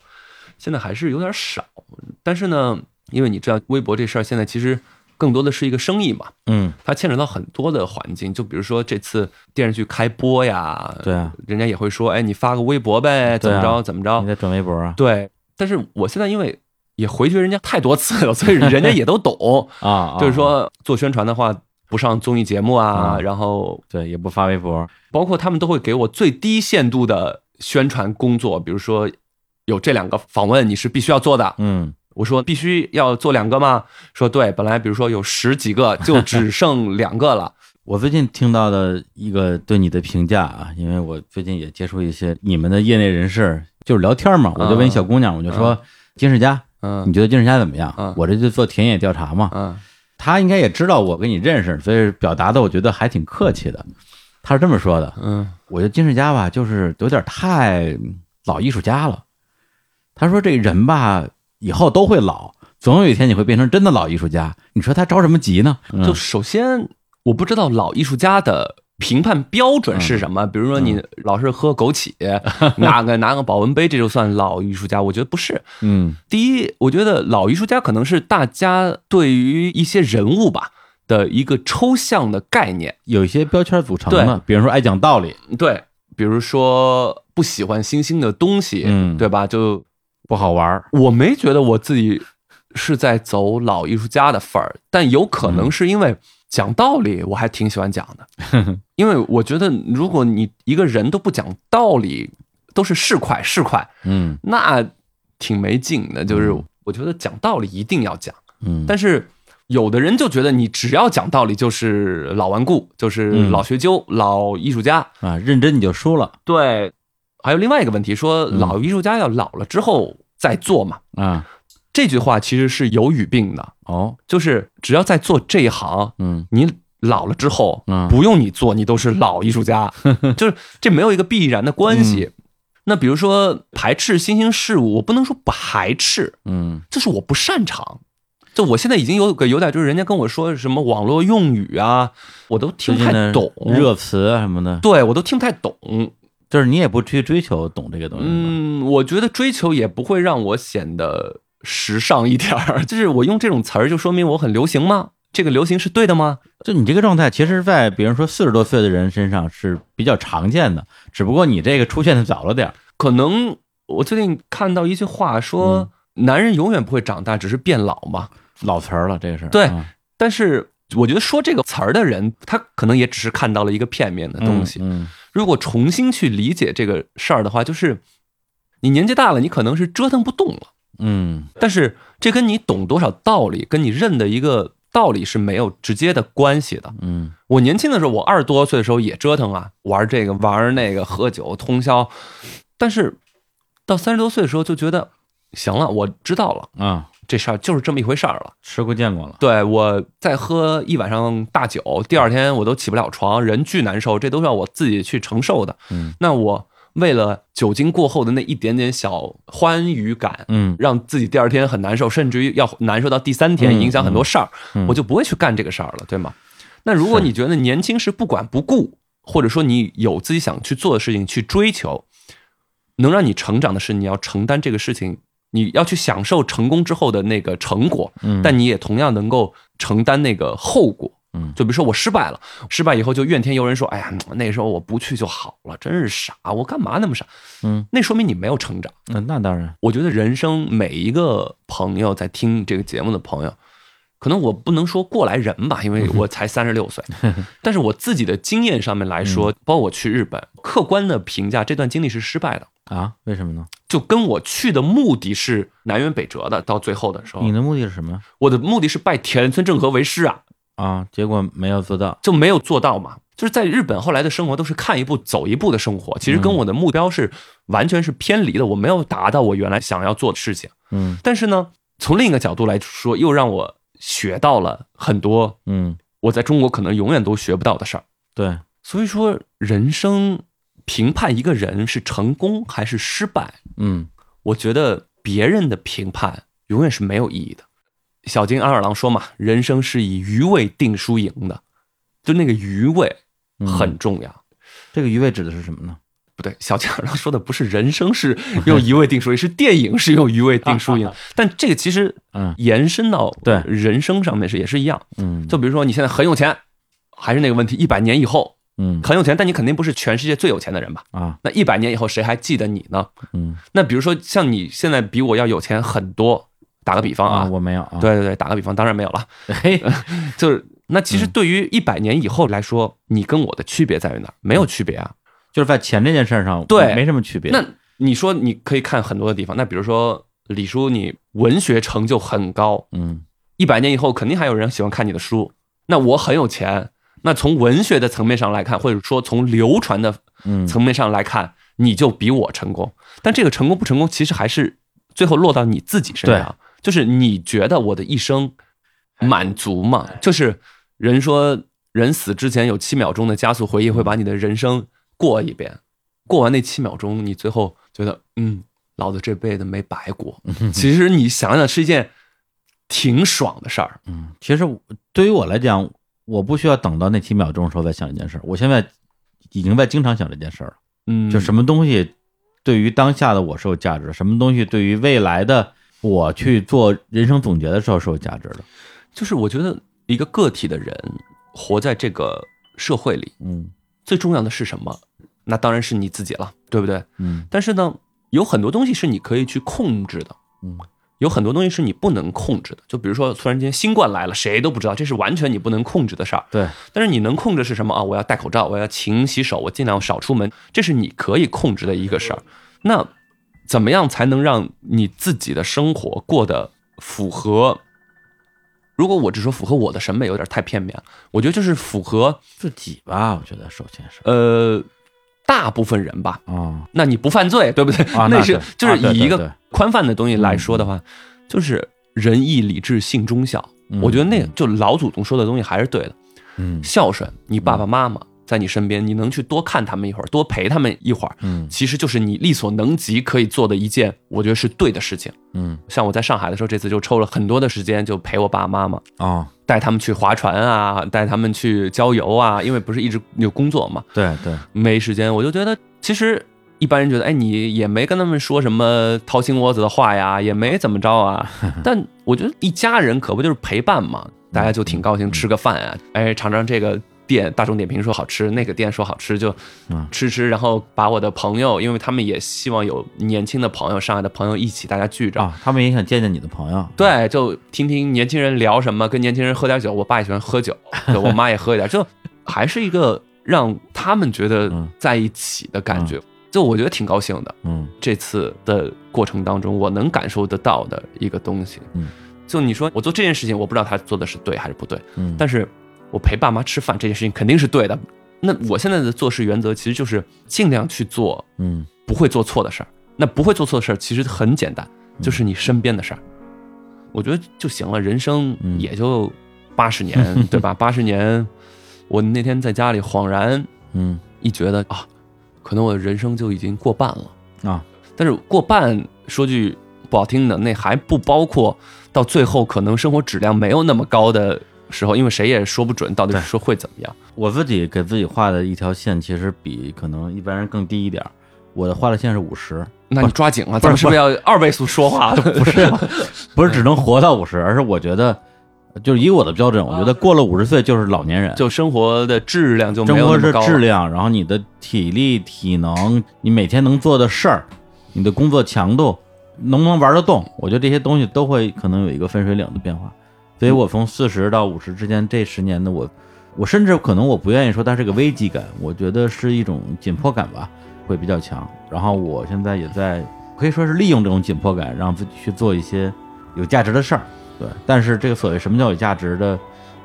B: 现在还是有点少，但是呢，因为你知道微博这事儿，现在其实更多的是一个生意嘛，
C: 嗯，
B: 它牵扯到很多的环境，就比如说这次电视剧开播呀，
C: 对啊，
B: 人家也会说，哎，你发个微博呗，怎
C: 对啊
B: 么着怎么
C: 你
B: 着，
C: 得转微博啊
B: 对。但是我现在因为也回绝人家太多次了，所以人家也都 懂，
C: 啊，啊
B: 就是说做宣传的话，不上综艺节目啊，
C: 嗯
B: 然后
C: 对，也不发微博，
B: 包括他们都会给我最低限度的宣传工作，比如说有这两个访问你是必须要做的。
C: 嗯
B: 我说必须要做两个吗？说对，本来比如说有十几个，就只剩两个了。
C: 我最近听到的一个对你的评价啊，因为我最近也接触一些你们的业内人士，就是聊天嘛，我就问一小姑娘，我就说金世佳，
B: 嗯
C: 你觉得金世佳怎么样
B: 嗯？
C: 我这就做田野调查嘛，
B: 嗯
C: 她应该也知道我跟你认识，所以表达的我觉得还挺客气的。她是这么说的，
B: 嗯
C: 我觉得金世佳吧，就是有点太老艺术家了。他说这人吧，以后都会老，总有一天你会变成真的老艺术家。你说他着什么急呢？嗯
B: 就首先我不知道老艺术家的评判标准是什
C: 嗯
B: 么，比如说你老是喝枸 杞，拿个拿个保温杯，这就算老艺术家？我觉得不是。
C: 嗯
B: 第一，我觉得老艺术家可能是大家对于一些人物吧的一个抽象的概念，
C: 有一些标签组成的，比如说爱讲道理，
B: 对，比如说不喜欢新兴的东西，
C: 嗯
B: 对吧？就
C: 不好玩儿。
B: 我没觉得我自己是在走老艺术家的范儿，但有可能
C: 嗯
B: 是因为讲道理，我还挺喜欢讲的。 因为我觉得，如果你一个人都不讲道理，都是市侩市侩，
C: 嗯
B: 那挺没劲的。就是
C: 嗯
B: 我觉得讲道理一定要讲，
C: 嗯，
B: 但是有的人就觉得你只要讲道理就是老顽固，就是
C: 嗯
B: 老学究、老艺术家。
C: 啊，认真你就输了
B: 对，还有另外一个问题，说
C: 嗯
B: 老艺术家要老了之后再做嘛。
C: 啊。
B: 这句话其实是有语病的，
C: 哦，
B: 就是只要在做这一行，
C: 嗯
B: 你老了之后
C: 嗯，
B: 不用你做，你都是老艺术家， 就是这没有一个必然的关系。
C: 嗯
B: 那比如说排斥新兴事物，我不能说不排斥，
C: 嗯
B: 就是我不擅长。就我现在已经有个有点，就是人家跟我说什么网络用语啊，我都听
C: 最
B: 不
C: 近
B: 太
C: 的
B: 懂，
C: 热词啊什么的，
B: 对我都听不太懂。
C: 就是你也不去追求懂这个东西。，
B: 嗯，我觉得追求也不会让我显得时尚一点儿， 就是我用这种词儿就说明我很流行吗？这个流行是对的吗？
C: 就你这个状态，其实，在比如说四十多岁的人身上是比较常见的，只不过你这个出现的早了点儿。
B: 可能我最近看到一句话
C: 嗯
B: 说，男人永远不会长大，只是变老嘛。
C: 老词儿了，这个是
B: 对
C: 嗯
B: 但是我觉得说这个词儿的人，他可能也只是看到了一个片面的东西。
C: 嗯
B: 如果重新去理解这个事儿的话，就是你年纪大了，你可能是折腾不动了。
C: 嗯
B: 但是这跟你懂多少道理，跟你认的一个道理是没有直接的关系的。
C: 嗯
B: 我年轻的时候，我二十多岁的时候也折腾啊，玩这个玩那个，喝酒通宵。但是到三十多岁的时候，就觉得行了，我知道了，
C: 嗯啊，
B: 这事儿就是这么一回事儿了。
C: 吃过见过了。
B: 对我再喝一晚上大酒，第二天我都起不了床，人巨难受，这都是要我自己去承受的。
C: 嗯
B: 那我为了酒精过后的那一点点小欢愉感，
C: 嗯
B: 让自己第二天很难受，甚至于要难受到第三天，
C: 嗯
B: 影响很多事儿，
C: 嗯
B: 我就不会去干这个事儿了，对吗？那如果
C: 是
B: 你觉得年轻是不管不顾，或者说你有自己想去做的事情去追求，能让你成长的是你要承担这个事情，你要去享受成功之后的那个成果，
C: 嗯，
B: 但你也同样能够承担那个后果。
C: 嗯
B: 就比如说我失败了，失败以后就怨天尤人，说：“哎呀，那时候我不去就好了，真是傻，我干嘛那么傻？”
C: 嗯，
B: 那说明你没有成长。
C: 那嗯那当然，
B: 我觉得人生每一个朋友在听这个节目的朋友，可能我不能说过来人吧，因为我才三十六岁，但是我自己的经验上面来说，包括我去日本，客观的评价这段经历是失败的，
C: 啊？为什么呢？
B: 就跟我去的目的是南辕北辙的。到最后的时候
C: 你，的目的是什么
B: 我的目的是拜田村正和为师啊，
C: 啊？结果没有做到。
B: 就没有做到嘛。就是在日本后来的生活都是看一步走一步的生活，其实跟我的目标是完全是偏离的，我没有达到我原来想要做的事情。
C: 嗯
B: 但是呢，从另一个角度来说，又让我学到了很多
C: 嗯，
B: 我在中国可能永远都学不到的事儿。
C: 对，
B: 所以说，人生评判一个人是成功还是失败，
C: 嗯
B: 我觉得别人的评判永远是没有意义的。小津安二郎说嘛，人生是以余味定输赢的，就那个余味
C: 嗯
B: 很重要。
C: 这个余味指的是什么呢？
B: 不对，小津安二郎说的不是人生是用一味定输赢，是电影是用一味定输赢。但这个其实
C: 嗯
B: 延伸到
C: 对
B: 人生上面是也是一样。
C: 嗯
B: 就比如说你现在很有钱，还是那个问题，一百年以后
C: 嗯
B: 很有钱，但你肯定不是全世界最有钱的人吧？
C: 啊
B: 那一百年以后谁还记得你呢？
C: 嗯
B: 那比如说像你现在比我要有钱很多，打个比方
C: 啊，
B: 啊，
C: 我没有啊，
B: 对对对，打个比方，当然没有了，
C: 嘿， 嗯
B: 就是那其实对于一百年以后来说，你跟我的区别在于哪儿？没有区别啊。
C: 就是在钱这件事儿上，
B: 对
C: 没什么区别。
B: 那你说你可以看很多的地方，那比如说李叔，你文学成就很高，
C: 嗯
B: 一百年以后肯定还有人喜欢看你的书。那我很有钱，那从文学的层面上来看，或者说从流传的
C: 嗯
B: 层面上来看，你就比我成功。但这个成功不成功，其实还是最后落到你自己身上。就是你觉得我的一生满足吗？
C: 哎
B: 就是人说人死之前有七秒钟的加速回忆，会把你的人生过一遍。过完那七秒钟，你最后觉得，嗯，老子这辈子没白 过。其实你想想是一件挺爽的事儿。
C: 嗯，其实我对于我来讲，我不需要等到那七秒钟的时候再想一件事儿，我现在已经在经常想这件事儿了。
B: 嗯，
C: 就什么东西对于当下的我是有价值的，什么东西对于未来的我去做人生总结的时候是有价值的。
B: 就是我觉得一个个体的人活在这个社会里，
C: 嗯
B: 最重要的是什么？那当然是你自己了，对不对？
C: 嗯
B: 但是呢，有很多东西是你可以去控制的，
C: 嗯，
B: 有很多东西是你不能控制的。就比如说，突然间新冠来了，谁都不知道，这是完全你不能控制的事儿。
C: 对，
B: 但是你能控制是什么啊？我要戴口罩，我要勤洗手，我尽量少出门，这是你可以控制的一个事儿。那怎么样才能让你自己的生活过得符合？如果我只说符合我的审美，有点太片面了。我觉得就是符合
C: 自己吧，我觉得首先是
B: 呃大部分人吧。
C: 啊
B: 那你不犯罪，对不对？
C: 啊那
B: 是
C: 对
B: 就
C: 啊
B: 是
C: 对
B: 以一
C: 对对
B: 个宽泛的东西来说的话，就是仁义礼智信忠孝。
C: 嗯
B: 我觉得那就老祖宗说的东西还是对的。
C: 嗯
B: 孝顺，你爸爸妈妈在你身边，你能去多看他们一会儿，多陪他们一会儿，
C: 嗯
B: 其实就是你力所能及可以做的一件，我觉得是对的事情。
C: 嗯
B: 像我在上海的时候，这次就抽了很多的时间，就陪我爸妈嘛，
C: 啊，
B: 带他们去划船啊，带他们去郊游啊，因为不是一直有工作嘛，
C: 对对，
B: 没时间，我就觉得其实一般人觉得，哎，你也没跟他们说什么掏心窝子的话呀，也没怎么着啊。但我觉得一家人可不就是陪伴嘛，大家就挺高兴，吃个饭啊，哎，尝尝这个。店大众点评说好吃，那个店说好吃，就
C: 嗯
B: 吃吃，然后把我的朋友，因为他们也希望有年轻的朋友，上海的朋友一起大家聚着，
C: 啊，他们也想见见你的朋友。
B: 对，就听听年轻人聊什么，跟年轻人喝点酒。我爸也喜欢喝酒，对我妈也喝一点，就还是一个让他们觉得
C: 嗯
B: 在一起的感觉。嗯就我觉得挺高兴的。
C: 嗯
B: 这次的过程当中，我能感受得到的一个东西，
C: 嗯，
B: 就你说我做这件事情，我不知道他做的是对还是不对，
C: 嗯，
B: 但是我陪爸妈吃饭这件事情肯定是对的。那我现在的做事原则其实就是尽量去做
C: 嗯
B: 不会做错的事儿。那不会做错的事儿其实很简单，
C: 嗯
B: 就是你身边的事儿。我觉得就行了，人生
C: 嗯
B: 也就八十年， 对吧？八十年，我那天在家里恍然
C: 嗯
B: 一觉得啊，可能我的人生就已经过半了。
C: 啊
B: 但是过半，说句不好听的，那还不包括到最后可能生活质量没有那么高的时候，因为谁也说不准到底
C: 对
B: 说会怎么样。
C: 我自己给自己画的一条线，其实比可能一般人更低一点儿。我的画的线是五十，
B: 那你抓紧了，啊咱们是不是要二位数说话？
C: 不是，不是只能活到五十，而是我觉得，就是以我的标准，我觉得过了五十岁就是老年人，
B: 就生活的质量就没
C: 生
B: 有
C: 活
B: 那么
C: 是
B: 高了。
C: 质量，然后你的体力、体能，你每天能做的事儿，你的工作强度，能不能玩得动，我觉得这些东西都会可能有一个分水岭的变化。所以
B: 嗯
C: 我从四十到五十之间这十年的我，我甚至可能我不愿意说它是个危机感，我觉得是一种紧迫感吧，会比较强。然后我现在也在可以说是利用这种紧迫感，让自己去做一些有价值的事儿。对，但是这个所谓什么叫有价值的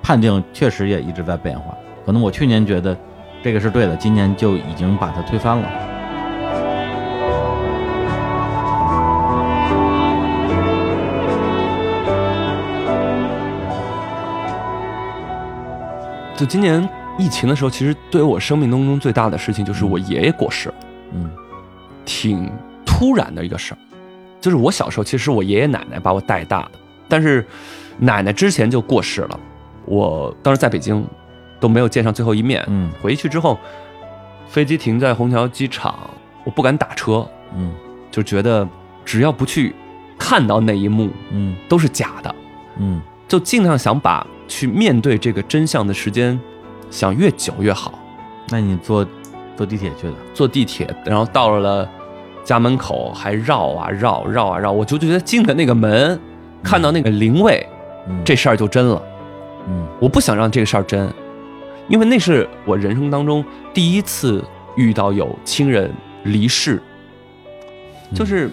C: 判定，确实也一直在变化。可能我去年觉得这个是对的，今年就已经把它推翻了。
B: 就今年疫情的时候，其实对于我生命当中最大的事情就是我爷爷过世，
C: 嗯
B: 挺突然的一个事儿。就是我小时候，其实是我爷爷奶奶把我带大的，但是奶奶之前就过世了，我当时在北京都没有见上最后一面。
C: 嗯
B: 回去之后，飞机停在虹桥机场，我不敢打车，
C: 嗯
B: 就觉得只要不去看到那一幕，
C: 嗯
B: 都是假的。
C: 嗯
B: 就尽量想把去面对这个真相的时间想越久越好。
C: 那你坐坐地铁去的？
B: 坐地铁，然后到了家门口还绕啊绕绕啊绕，我就觉得进的那个门，看到那个灵位，
C: 嗯，
B: 这事儿就真了。
C: 嗯
B: 我不想让这个事儿真，因为那是我人生当中第一次遇到有亲人离世，就是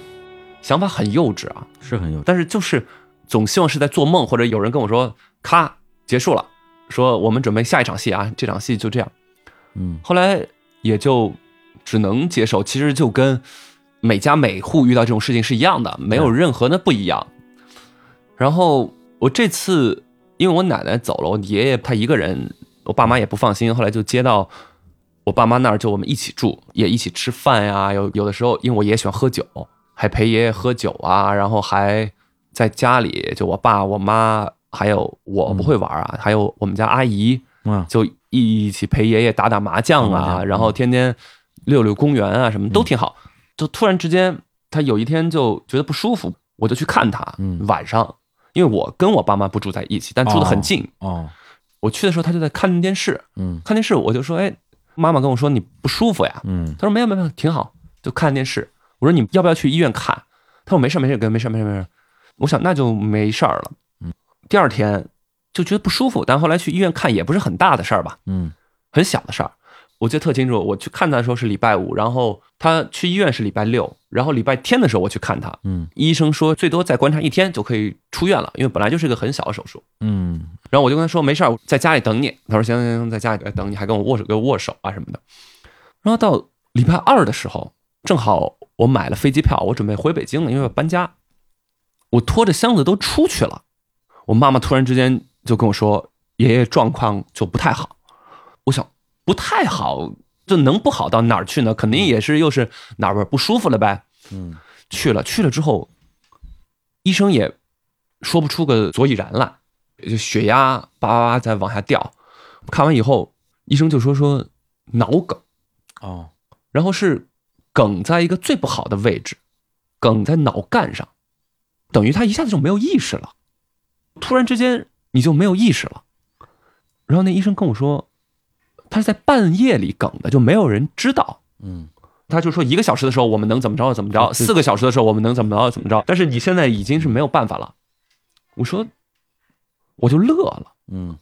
B: 想法很幼稚啊，
C: 是很有
B: 但是就是总希望是在做梦，或者有人跟我说“咔结束了”，说我们准备下一场戏啊，这场戏就这样。
C: 嗯
B: 后来也就只能接受，其实就跟每家每户遇到这种事情是一样的，没有任何的不一样。然后我这次因为我奶奶走了，我爷爷他一个人，我爸妈也不放心，后来就接到我爸妈那儿，就我们一起住，也一起吃饭呀、有有的时候，因为我爷爷喜欢喝酒，还陪爷爷喝酒啊，然后还在家里，就我爸、我妈还有我不会玩啊，还有我们家阿姨，
C: 啊
B: 就一起陪爷爷打打麻将
C: 打麻
B: 啊，
C: 将嗯
B: 然后天天溜溜公园啊，什么都挺好。
C: 嗯
B: 就突然之间，他有一天就觉得不舒服，我就去看他。
C: 嗯
B: 晚上，因为我跟我爸妈不住在一起，但住的很近。
C: 哦
B: 我去的时候，他就在看电视，
C: 嗯
B: 看电视我就说：“哎，妈妈跟我说你不舒服呀。”
C: 嗯
B: 他说：“没有没有，没有挺好，就看电视。”我说：“你要不要去医院看？”他说：“没事没事，哥，没事没事没事。”我想那就没事儿了。
C: 嗯
B: 第二天就觉得不舒服，但后来去医院看也不是很大的事儿吧。
C: 嗯
B: 很小的事儿，我记得特清楚。我去看他的时候是礼拜五，然后他去医院是礼拜六，然后礼拜天的时候我去看他，
C: 嗯
B: 医生说最多再观察一天就可以出院了，因为本来就是一个很小的手术。
C: 嗯
B: 然后我就跟他说没事儿，我在家里等你。他说行行行，在家里等你，还跟我握手跟我握手啊什么的。然后到礼拜二的时候，正好我买了飞机票，我准备回北京了，因为要搬家。我拖着箱子都出去了，我妈妈突然之间就跟我说，爷爷状况就不太好。我想不太好，这能不好到哪儿去呢？肯定也是又是哪儿不舒服了呗。
C: 嗯
B: 去了，去了之后，医生也说不出个所以然来，就血压叭叭叭在往下掉。看完以后，医生就说说脑梗，
C: 哦
B: 然后是梗在一个最不好的位置，梗在脑干上，等于他一下子就没有意识了。突然之间你就没有意识了。然后那医生跟我说，他是在半夜里梗的，就没有人知道。
C: 嗯
B: 他就说一个小时的时候我们能怎么着怎么着，
C: 啊对
B: 四个小时的时候我们能怎么着怎么着。但是你现在已经是没有办法了。我说，我就乐了。
C: 嗯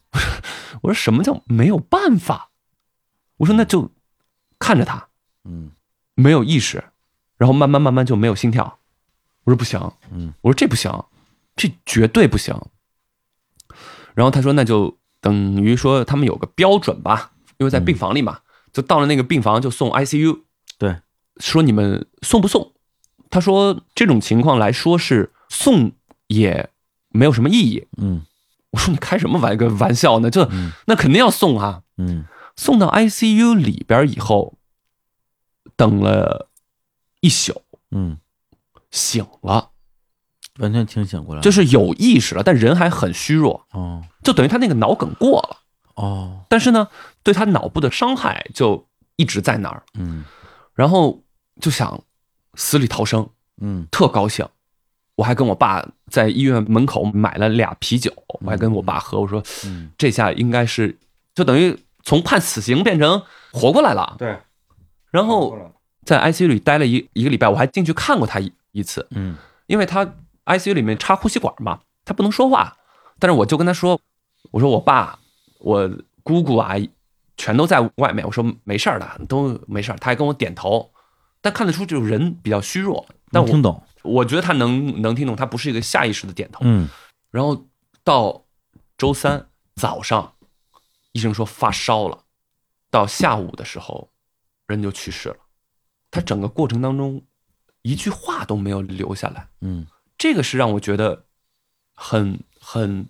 B: 我说什么叫没有办法？我说那就看着他
C: 嗯
B: 没有意识，然后慢慢慢慢就没有心跳。我说不行，
C: 嗯
B: 我说这不行，这绝对不行。然后他说那就等于说他们有个标准吧，因为在
C: 嗯
B: 病房里嘛，就到了那个病房就送 ICU。
C: 对，
B: 说你们送不送？他说这种情况来说是送也没有什么意义。
C: 嗯
B: 我说你开什么玩个玩笑呢？这
C: 嗯
B: 那肯定要送啊。
C: 嗯
B: 送到 ICU 里边以后，等了一宿，
C: 嗯，
B: 醒了，
C: 完全清醒过来了，
B: 就是有意识了，但人还很虚弱，
C: 哦
B: 就等于他那个脑梗过了，
C: 哦
B: 但是呢，对他脑部的伤害就一直在那儿，
C: 嗯
B: 然后就想死里逃生，
C: 嗯
B: 特高兴。我还跟我爸在医院门口买了俩啤酒，我还跟我爸喝，我说
C: 嗯
B: 这下应该是就等于从判死刑变成活过来了。
C: 对，
B: 然后在 ICU 里待了一一个礼拜，我还进去看过他一一次，
C: 嗯
B: 因为他 ICU 里面插呼吸管嘛，他不能说话，但是我就跟他说，我说我爸、我姑姑啊，全都在外面，我说没事儿的，都没事儿，他还跟我点头，但看得出就是人比较虚弱，但
C: 能听
B: 我
C: 懂
B: 我觉得他能能听懂，他不是一个下意识的点头。
C: 嗯
B: 然后到周三早上，医生说发烧了，到下午的时候，人就去世了。他整个过程当中一句话都没有留下来，
C: 嗯
B: 这个是让我觉得很很，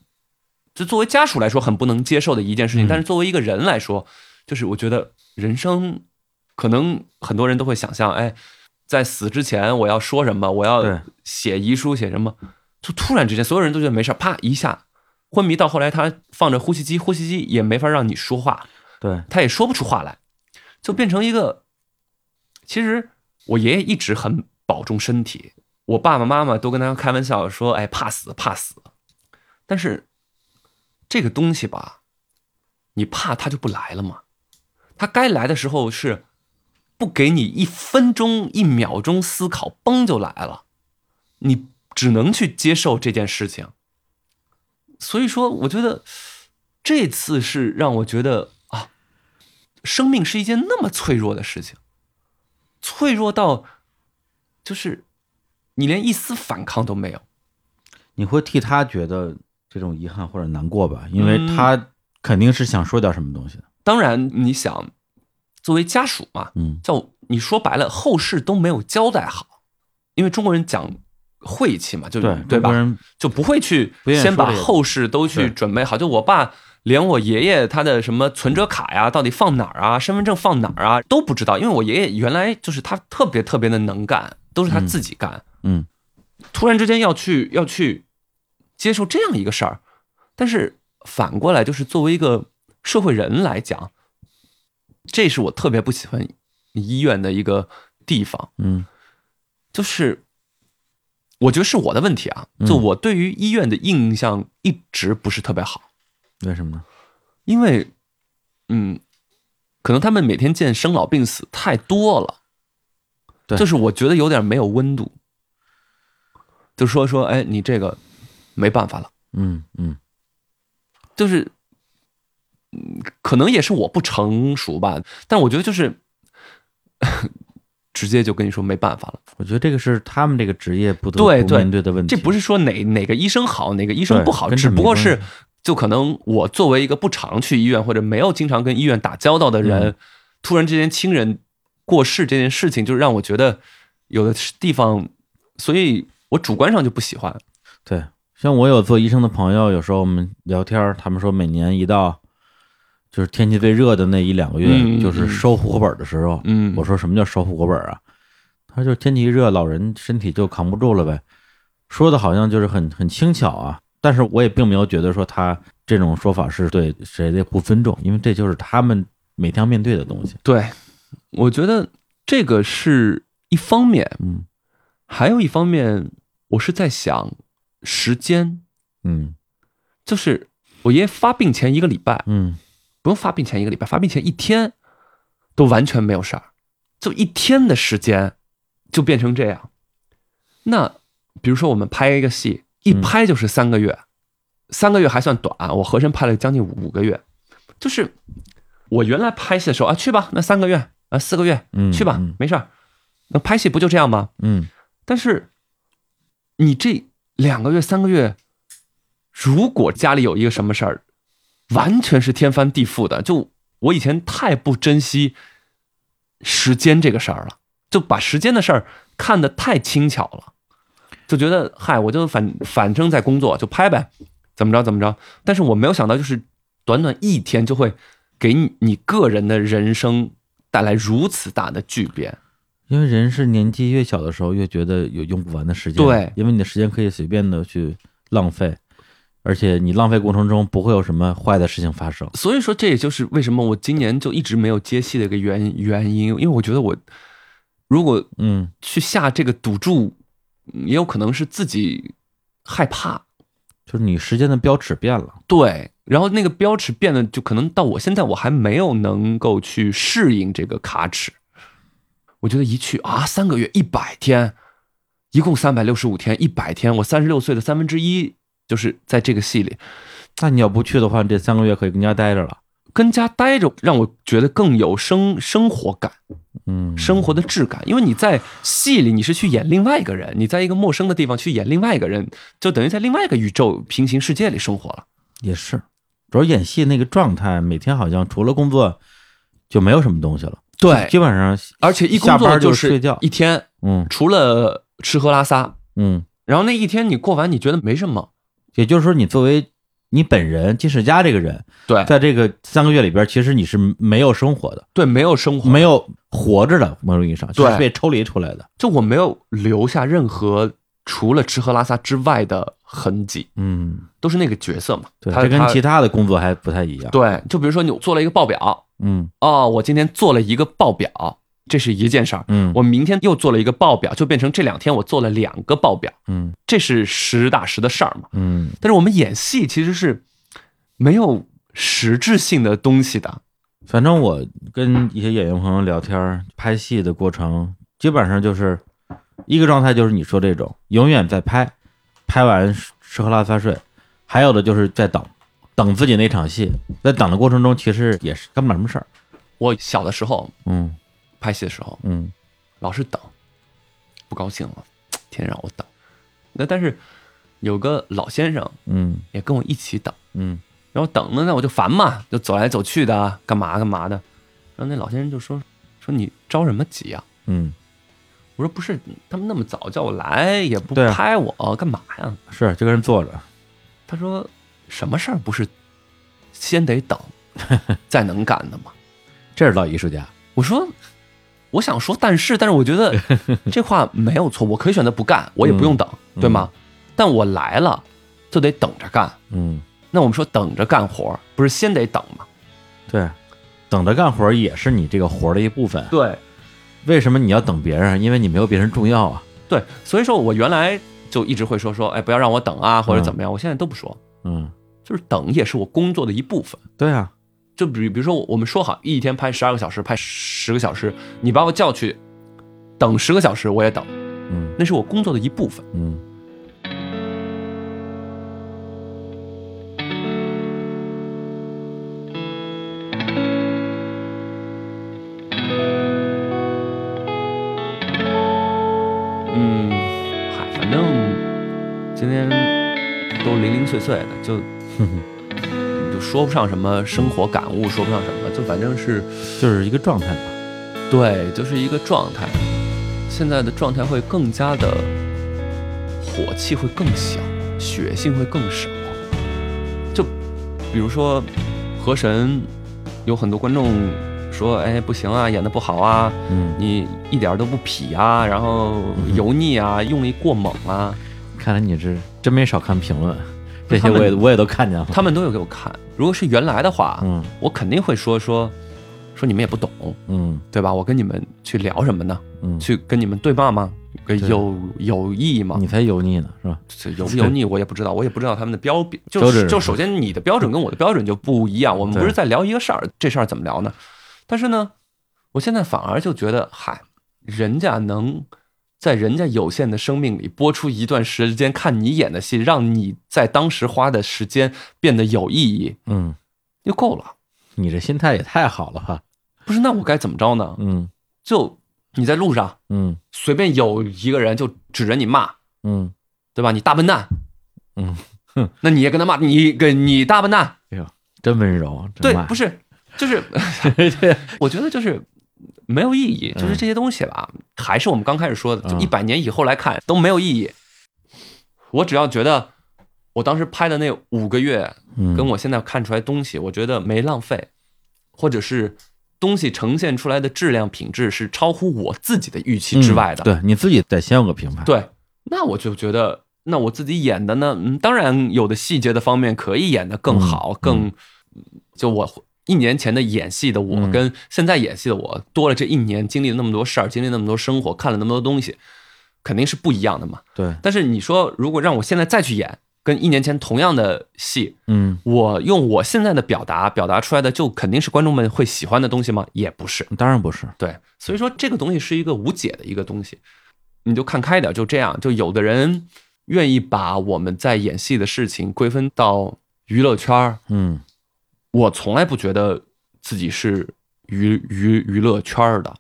B: 就作为家属来说很不能接受的一件事情。
C: 嗯
B: 但是作为一个人来说，就是我觉得人生可能很多人都会想象，哎，在死之前我要说什么，我
C: 对
B: 要写遗书写什么，就突然之间所有人都觉得没事儿，啪一下昏迷到后来他放着呼吸机，呼吸机也没法让你说话，
C: 对，
B: 他也说不出话来，就变成一个。其实我爷爷一直很保重身体，我爸爸妈妈都跟他开玩笑说：“哎，怕死，怕死。”但是这个东西吧，你怕他就不来了嘛。他该来的时候是不给你一分钟、一秒钟思考，嘣就来了，你只能去接受这件事情。所以说，我觉得这次是让我觉得啊，生命是一件那么脆弱的事情，脆弱到就是你连一丝反抗都没有。
C: 你会替他觉得这种遗憾或者难过
B: 嗯
C: 吧？因为他肯定是想说点什么东西的。
B: 当然，你想作为家属嘛，
C: 嗯
B: 叫你说白了，后事都没有交代好，因为中国人讲晦气嘛，就
C: 对，
B: 对
C: 中国
B: 吧？
C: 人
B: 就不会去
C: 不愿意
B: 先
C: 说
B: 把
C: 这个
B: 后事都去
C: 对
B: 准备好。就我爸连我爷爷他的什么存折卡呀，到底放哪儿啊，身份证放哪儿啊都不知道，因为我爷爷原来就是他特别特别的能干，都是他自己干，
C: 嗯
B: 突然之间要去要去接受这样一个事儿，但是反过来就是作为一个社会人来讲，这是我特别不喜欢医院的一个地方。
C: 嗯
B: 就是我觉得是我的问题啊，
C: 嗯
B: 就我对于医院的印象一直不是特别好，
C: 为什么呢？
B: 因为嗯，可能他们每天见生老病死太多了，
C: 对
B: 就是我觉得有点没有温度，就说说哎，你这个没办法了，
C: 嗯嗯
B: 就是。嗯可能也是我不成熟吧，但我觉得就是 直接就跟你说没办法了。
C: 我觉得这个是他们这个职业不得
B: 对
C: 不
B: 对
C: 面对的问题。
B: 这不是说哪哪个医生好，哪个医生
C: 对
B: 不好，
C: 跟这
B: 只
C: 没
B: 不过
C: 关系
B: 是就可能我作为一个不常去医院或者没有经常跟医院打交道的人，
C: 嗯
B: 突然之间亲人过世这件事情，就让我觉得有的地方，所以我主观上就不喜欢。
C: 对，像我有做医生的朋友，有时候我们聊天儿，他们说每年一到就是天气最热的那一两个月，
B: 嗯嗯
C: 就是收户口本儿的时候，
B: 嗯
C: 我说什么叫收户口本儿啊？他说就是天气一热，老人身体就扛不住了呗。说的好像就是很很轻巧啊，但是我也并没有觉得说他这种说法是对谁的不尊重，因为这就是他们每天要面对的东西。
B: 对，我觉得这个是一方面，
C: 嗯
B: 还有一方面，我是在想时间，
C: 嗯
B: 就是我爷爷发病前一个礼拜，
C: 嗯，
B: 不用发病前一个礼拜，发病前一天都完全没有事儿，就一天的时间就变成这样。那比如说我们拍一个戏，
C: 嗯
B: 一拍就是三个月，三个月还算短，我和珅拍了将近五个月。就是我原来拍戏的时候啊，去吧，那三个月啊四个月，
C: 嗯
B: 去吧
C: 嗯，
B: 没事儿。那拍戏不就这样吗？
C: 嗯，
B: 但是你这两个月、三个月，如果家里有一个什么事儿，完全是天翻地覆的。就我以前太不珍惜时间这个事儿了，就把时间的事儿看得太轻巧了，就觉得嗨，我就反反正在工作就拍呗，怎么着怎么着。但是我没有想到，就是短短一天就会给你你个人的人生带来如此大的巨变。
C: 因为人是年纪越小的时候越觉得有用不完的时间，
B: 对
C: 因为你的时间可以随便的去浪费，而且你浪费过程中不会有什么坏的事情发生。
B: 所以说，这也就是为什么我今年就一直没有接戏的一个原原因，因为我觉得我如果
C: 嗯，
B: 去下这个赌注，嗯也有可能是自己害怕，
C: 就是你时间的标尺变了。
B: 对，然后那个标尺变得就可能到我现在我还没有能够去适应这个卡尺，我觉得一去啊三个月一百天，一共三百六十五天，一百天，我三十六岁的三分之一就是在这个戏里，
C: 那你要不去的话，这三个月可以跟家待着了。
B: 跟家待着让我觉得更有生生活感。
C: 嗯，
B: 生活的质感，因为你在戏里你是去演另外一个人，你在一个陌生的地方去演另外一个人，就等于在另外一个宇宙平行世界里生活了。
C: 也是，主要演戏那个状态，每天好像除了工作就没有什么东西了。
B: 对
C: 基本上，
B: 而且一工
C: 下
B: 作
C: 班就是睡觉
B: 一天，
C: 嗯
B: 除了吃喝拉撒，
C: 嗯，
B: 然后那一天你过完，你觉得没什么，
C: 也就是说，你作为你本人金世佳这个人，
B: 对
C: 在这个三个月里边，其实你是没有生活的，
B: 对，没有生活，
C: 没有活着的，某种意义上
B: 对
C: 就是被抽离出来的。
B: 就我没有留下任何除了吃喝拉撒之外的痕迹，
C: 嗯，
B: 都是那个角色嘛。
C: 对，
B: 他
C: 这跟
B: 他
C: 其他的工作还不太一样。
B: 对，就比如说你做了一个报表，
C: 嗯
B: 哦，我今天做了一个报表，这是一件事儿。
C: 嗯，
B: 我明天又做了一个报表，就变成这两天我做了两个报表，
C: 嗯
B: 这是实打实的事儿嘛。
C: 嗯
B: 但是我们演戏其实是没有实质性的东西的，
C: 反正我跟一些演员朋友聊天儿，拍戏的过程基本上就是一个状态，就是你说这种永远在拍，拍完吃喝拉撒睡；还有的就是在等，等自己那场戏，在等的过程中其实也是干不了什么事儿。
B: 我小的时候
C: 嗯
B: 拍戏的时候，
C: 嗯
B: 老是等，不高兴了，天让我等。那但是有个老先生
C: 嗯
B: 也跟我一起等，
C: 嗯
B: 然后等呢，那我就烦嘛，就走来走去的，干嘛干嘛的。然后那老先生就说说你着什么急啊呀、
C: 嗯，
B: 我说不是，他们那么早叫我来，也不
C: 对啊
B: 拍我，干嘛呀？
C: 是就跟人坐着，
B: 他说什么事儿不是先得 等，再能干的吗？
C: 这是老艺术家。
B: 我说，我想说，但是，但是我觉 得这话没有错，我可以选择不干，我也不用等，
C: 嗯
B: 对吗？但我来了就得等着干。
C: 嗯，
B: 那我们说等着干活，不是先得等吗？
C: 对，等着干活儿也是你这个活儿的一部分。
B: 对
C: 为什么你要等别人？因为你没有别人重要啊。
B: 对，所以说我原来就一直会说说，哎，不要让我等啊，或者怎么样，我现在都不说，
C: 嗯，
B: 就是等也是我工作的一部分。
C: 对啊，
B: 就比比如说，我们说好一天拍十二个小时，拍十个小时，你把我叫去等十个小时，我也等，
C: 嗯
B: 那是我工作的一部分。
C: 嗯。
B: 嗯，嗨，反正今天都零零碎碎的，就
C: 哼哼
B: 就说不上什么生活感悟，说不上什么，就反正是
C: 就是一个状态吧。
B: 对，就是一个状态。现在的状态会更加的火气会更小，血性会更少。就比如说河神，有很多观众说：“哎，不行啊，演的不好啊，
C: 嗯，
B: 你一点儿都不痞啊，然后油腻啊，用力过猛啊。”
C: 看来你这真没少看 评论，
B: 不
C: 这
B: 是
C: 些
B: 他们
C: 我也我也都看见了。
B: 他们都有给我看。如果是原来的话，
C: 嗯
B: 我肯定会说说说你们也不懂，
C: 嗯
B: 对吧？我跟你们去聊什么呢？
C: 嗯，
B: 去跟你们对骂吗？呃
C: 对
B: 有有意义吗？
C: 你才油腻呢，是吧？
B: 这油不油腻我也不知道，我也不知道他们的标准。就
C: 标准
B: 是就首先你的标准跟我的标准就不一样，我们
C: 对
B: 不是在聊一个事儿，这事儿怎么聊呢？但是呢，我现在反而就觉得，嗨，人家能。在人家有限的生命里播出一段时间看你演的戏，让你在当时花的时间变得有意义，
C: 嗯，
B: 就够了。
C: 你这心态也太好了吧？
B: 不是，那我该怎么着呢？
C: 嗯
B: 就你在路上
C: 嗯
B: 随便有一个人就指着你骂，
C: 嗯，
B: 对吧？你大笨蛋，
C: 嗯哼
B: 哼，那你也跟他骂，你跟你大笨蛋，
C: 真温柔，
B: 对
C: 真，慢
B: 不是， 就是，我觉得就是没有意义，就是这些东西吧，还是我们刚开始说的，就
C: 嗯
B: 一百年以后来看都没有意义。我只要觉得我当时拍的那五个月
C: 嗯
B: 跟我现在看出来东西，我觉得没浪费，或者是东西呈现出来的质量品质是超乎我自己的预期之外的。
C: 嗯对你自己得先有个评判。，
B: 对，那我就觉得，那我自己演的呢，嗯，当然有的细节的方面可以演得更好，
C: 嗯
B: 更就我。一年前的演戏的我
C: 嗯
B: 跟现在演戏的我，多了这一年，经历了那么多事儿，经历那么多生活，看了那么多东西，肯定是不一样的嘛。
C: 对，
B: 但是你说，如果让我现在再去演跟一年前同样的戏，
C: 嗯，
B: 我用我现在的表达表达出来的，就肯定是观众们会喜欢的东西吗？也嗯不是，
C: 当然不是。
B: 对，所以说这个东西是一个无解的一个东西，你就看开点，就这样。就有的人愿意把我们在演戏的事情归分到娱乐圈儿，
C: 嗯
B: 我从来不觉得自己是娱娱娱乐圈儿的，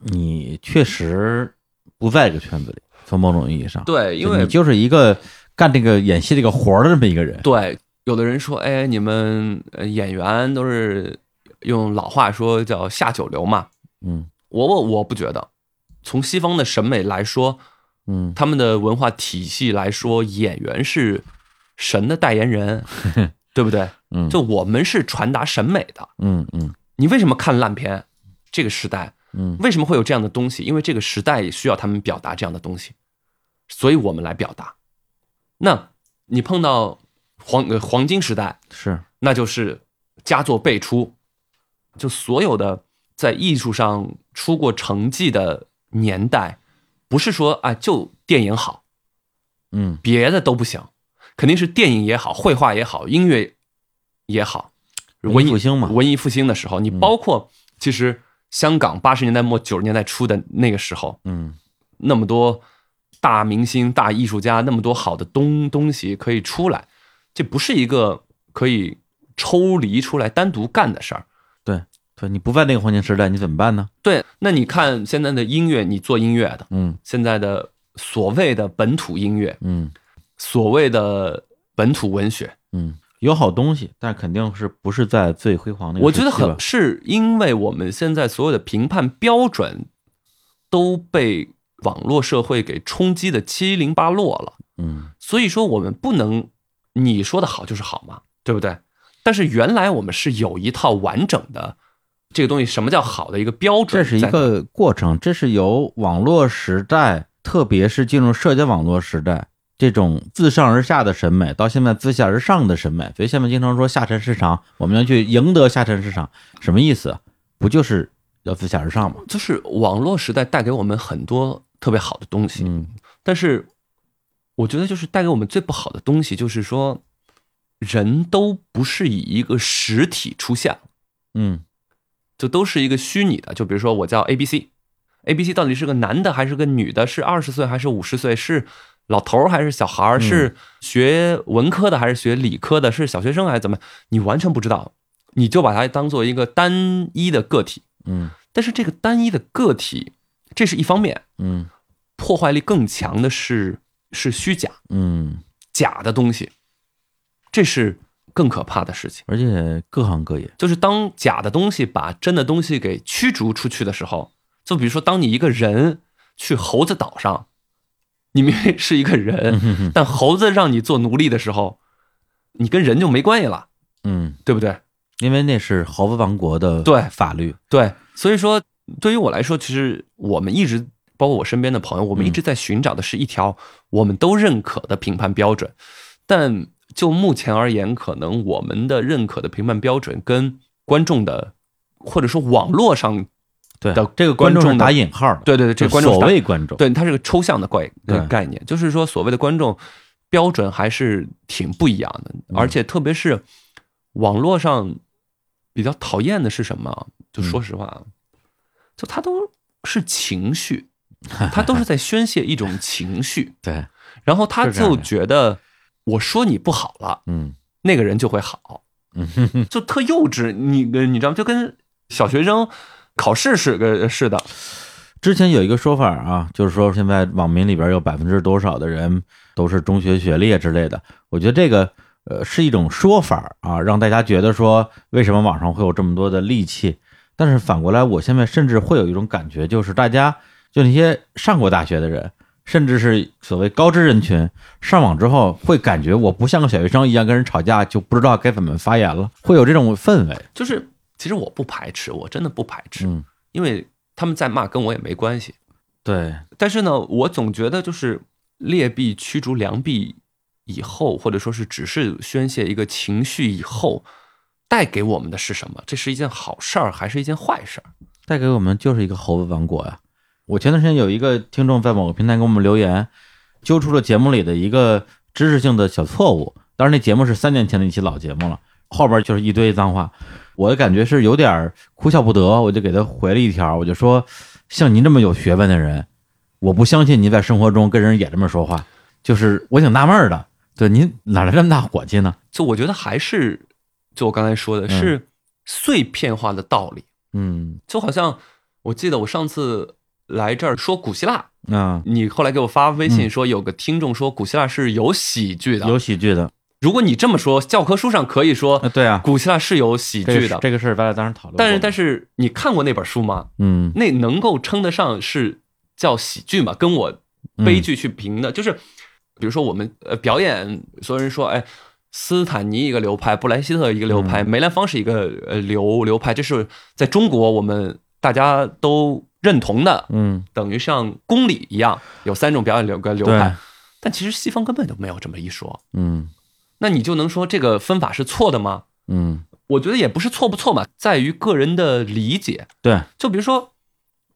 C: 你确实不在这个圈子里，从某种意义上，
B: 对，因为
C: 你就是一个干这个演戏这个活儿的这么一个人。
B: 对，有的人说，哎，你们呃演员都是用老话说叫下九流嘛。
C: 嗯
B: 我我我不觉得，从西方的审美来说，
C: 嗯
B: 他们的文化体系来说，演员是神的代言 人，对不对？
C: 嗯
B: 就我们是传达审美的。
C: 嗯嗯
B: 你为什么看烂片？这个时代
C: 嗯
B: 为什么会有这样的东西？因为这个时代也需要他们表达这样的东西，所以我们来表达。那你碰到黄呃黄金时代，
C: 是
B: 那就是佳作辈出，就所有的在艺术上出过成绩的年代，不是说啊就电影好，
C: 嗯
B: 别的都不行，肯定是电影也好，绘画也好，音乐也好，文
C: 文艺
B: 艺
C: 复兴嘛嗯
B: 文艺复兴的时候，你包括其实香港八十年代末九十年代初的那个时候，
C: 嗯
B: 那么多大明星、大艺术家，那么多好的东东西可以出来，这不是一个可以抽离出来单独干的事儿。
C: 对对，你不在那个黄金时代，你怎么办呢？
B: 对，那你看现在的音乐，你做音乐的，
C: 嗯
B: 现在的所谓的本土音乐，
C: 嗯
B: 所谓的本土文学，
C: 嗯，有好东西，但肯定是不是在最辉煌那个
B: 我
C: 时期
B: 觉得
C: 哎吧？
B: 很是因为我们现在所有的评判标准都被网络社会给冲击的七零八落了，
C: 嗯
B: 所以说我们不能你说的好就是好嘛，对不对？但是原来我们是有一套完整的这个东西，什么叫好的一个标准在
C: 这是
B: 的？
C: 一个过程，这是由网络时代，特别是进入社交网络时代，这种自上而下的审美，到现在自下而上的审美。所以下面经常说下沉市场，我们要去赢得下沉市场，什么意思啊？不就是要自下而上吗？
B: 就是网络时代带给我们很多特别好的东西，
C: 嗯
B: 但是我觉得就是带给我们最不好的东西，就是说人都不是以一个实体出现。
C: 嗯
B: 就都是一个虚拟的。就比如说我叫 A B C，A B C 到底是个男的还是个女的？是二十岁还是五十岁？是老头儿还是小孩儿？是学文科的还是学理科的？是小学生还是怎么？你完全不知道，你就把它当做一个单一的个体。
C: 嗯
B: 但是这个单一的个体，这是一方面，
C: 嗯
B: 破坏力更强的是是虚假
C: 嗯，
B: 假的东西，这是更可怕的事情。
C: 而且各行各业，
B: 就是当假的东西把真的东西给驱逐出去的时候，就比如说，当你一个人去猴子岛上，你明明是一个人，
C: 嗯
B: 但猴子让你做奴隶的时候，你跟人就没关系了，
C: 嗯，
B: 对不对？
C: 因为那是猴子王国的
B: 对
C: 法律，
B: 对，所以说，对于我来说，其实我们一直，包括我身边的朋友，我们一直在寻找的是一条我们都认可的评判标准，但就目前而言，可能我们的认可的评判标准跟观众的，或者说网络上
C: 对
B: 的
C: 这个观众
B: 观众
C: 是打
B: 的
C: 引号的，
B: 对对对，这
C: 就
B: 个观众
C: 所
B: 是大
C: 谓观众，
B: 对它是个抽象的概
C: 对
B: 概念，就是说所谓的观众标准还是挺不一样的，
C: 嗯
B: 而且特别是网络上比较讨厌的是什么？
C: 嗯
B: 就说实话啊，就它都是情绪，它都是在宣泄一种情绪，
C: 对，
B: 然后他
C: 是这样
B: 就
C: 的
B: 觉得我说你不好了，
C: 嗯
B: 那个人就会好，
C: 嗯哼哼
B: 就特幼稚，你你知道吗，就跟小学生考试是个似的，
C: 之前有一个说法啊，就是说现在网民里边有百分之多少的人都是中学学历啊之类的。我觉得这个呃是一种说法啊，让大家觉得说为什么网上会有这么多的戾气。但是反过来，我现在甚至会有一种感觉，就是大家就那些上过大学的人，甚至是所谓高知人群，上网之后会感觉我不像个小学生一样跟人吵架，就不知道该怎么发言了，会有这种氛围。
B: 就是其实我不排斥，我真的不排斥，
C: 嗯，
B: 因为他们在骂跟我也没关系。
C: 对，
B: 但是呢，我总觉得就是劣币驱逐良币以后，或者说是只是宣泄一个情绪以后，带给我们的是什么？这是一件好事儿还是一件坏事儿？
C: 带给我们就是一个猴子王国呀、我前段时间有一个听众在某个平台给我们留言，揪出了节目里的一个知识性的小错误。当然，那节目是三年前的一期老节目了，后边就是一堆脏话。我的感觉是有点儿哭笑不得，我就给他回了一条，我就说：像您这么有学问的人，我不相信您在生活中跟人也这么说话。就是我挺纳闷儿的，对您啊哪来这么大火气 呢？
B: 就我觉得还是就我刚才说的
C: 嗯
B: 是碎片化的道理，
C: 嗯
B: 就好像我记得我上次来这儿说古希腊，
C: 啊，嗯
B: 你后来给我发微信说有个听众说古希腊是有喜剧的，
C: 有喜剧的，
B: 如果你这么说，教科书上可以说
C: 啊，对啊，
B: 古希腊是有喜
C: 这
B: 剧
C: 个
B: 的，
C: 这个事儿咱俩当时讨论过，
B: 但是但
C: 是
B: 是你看过那本书吗？
C: 嗯，
B: 那能够称得上是叫喜剧吗？跟我
C: 嗯
B: 悲剧去评的，就是比如说我们呃表演，所有人说，哎，斯坦尼一个流派，布莱希特一个流
C: 嗯
B: 派，梅兰芳是一个呃流流派，这是在中国我们大家都认同的，
C: 嗯，
B: 等于像公理一样，有三种表演流跟流
C: 对
B: 派，，但其实西方根本就没有这么一说，
C: 嗯
B: 那你就能说这个分法是错的吗？
C: 嗯，
B: 我觉得也不是错不错嘛，在于个人的理解。
C: 对，
B: 就比如说，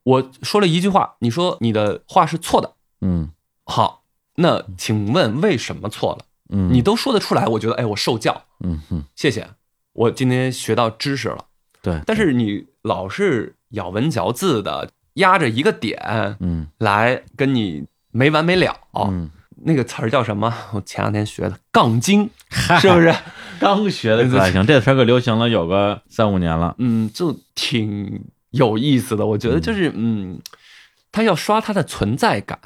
B: 我说了一句话，你说你的话是错的，
C: 嗯
B: 好，那请问为什么错了？
C: 嗯，
B: 你都说得出来，我觉得哎，我受教，
C: 嗯嗯，
B: 谢谢，我今天学到知识了。
C: 对，
B: 但是你老是咬文嚼字的压着一个点
C: 嗯
B: 来跟你没完没了，
C: 嗯，
B: 那个词儿叫什么？我前两天学的杠精，是不是？
C: 刚学的可还行，这词儿可流行了有个三五年了，
B: 嗯，就挺有意思的。我觉得就是，嗯，他要刷他的存在感，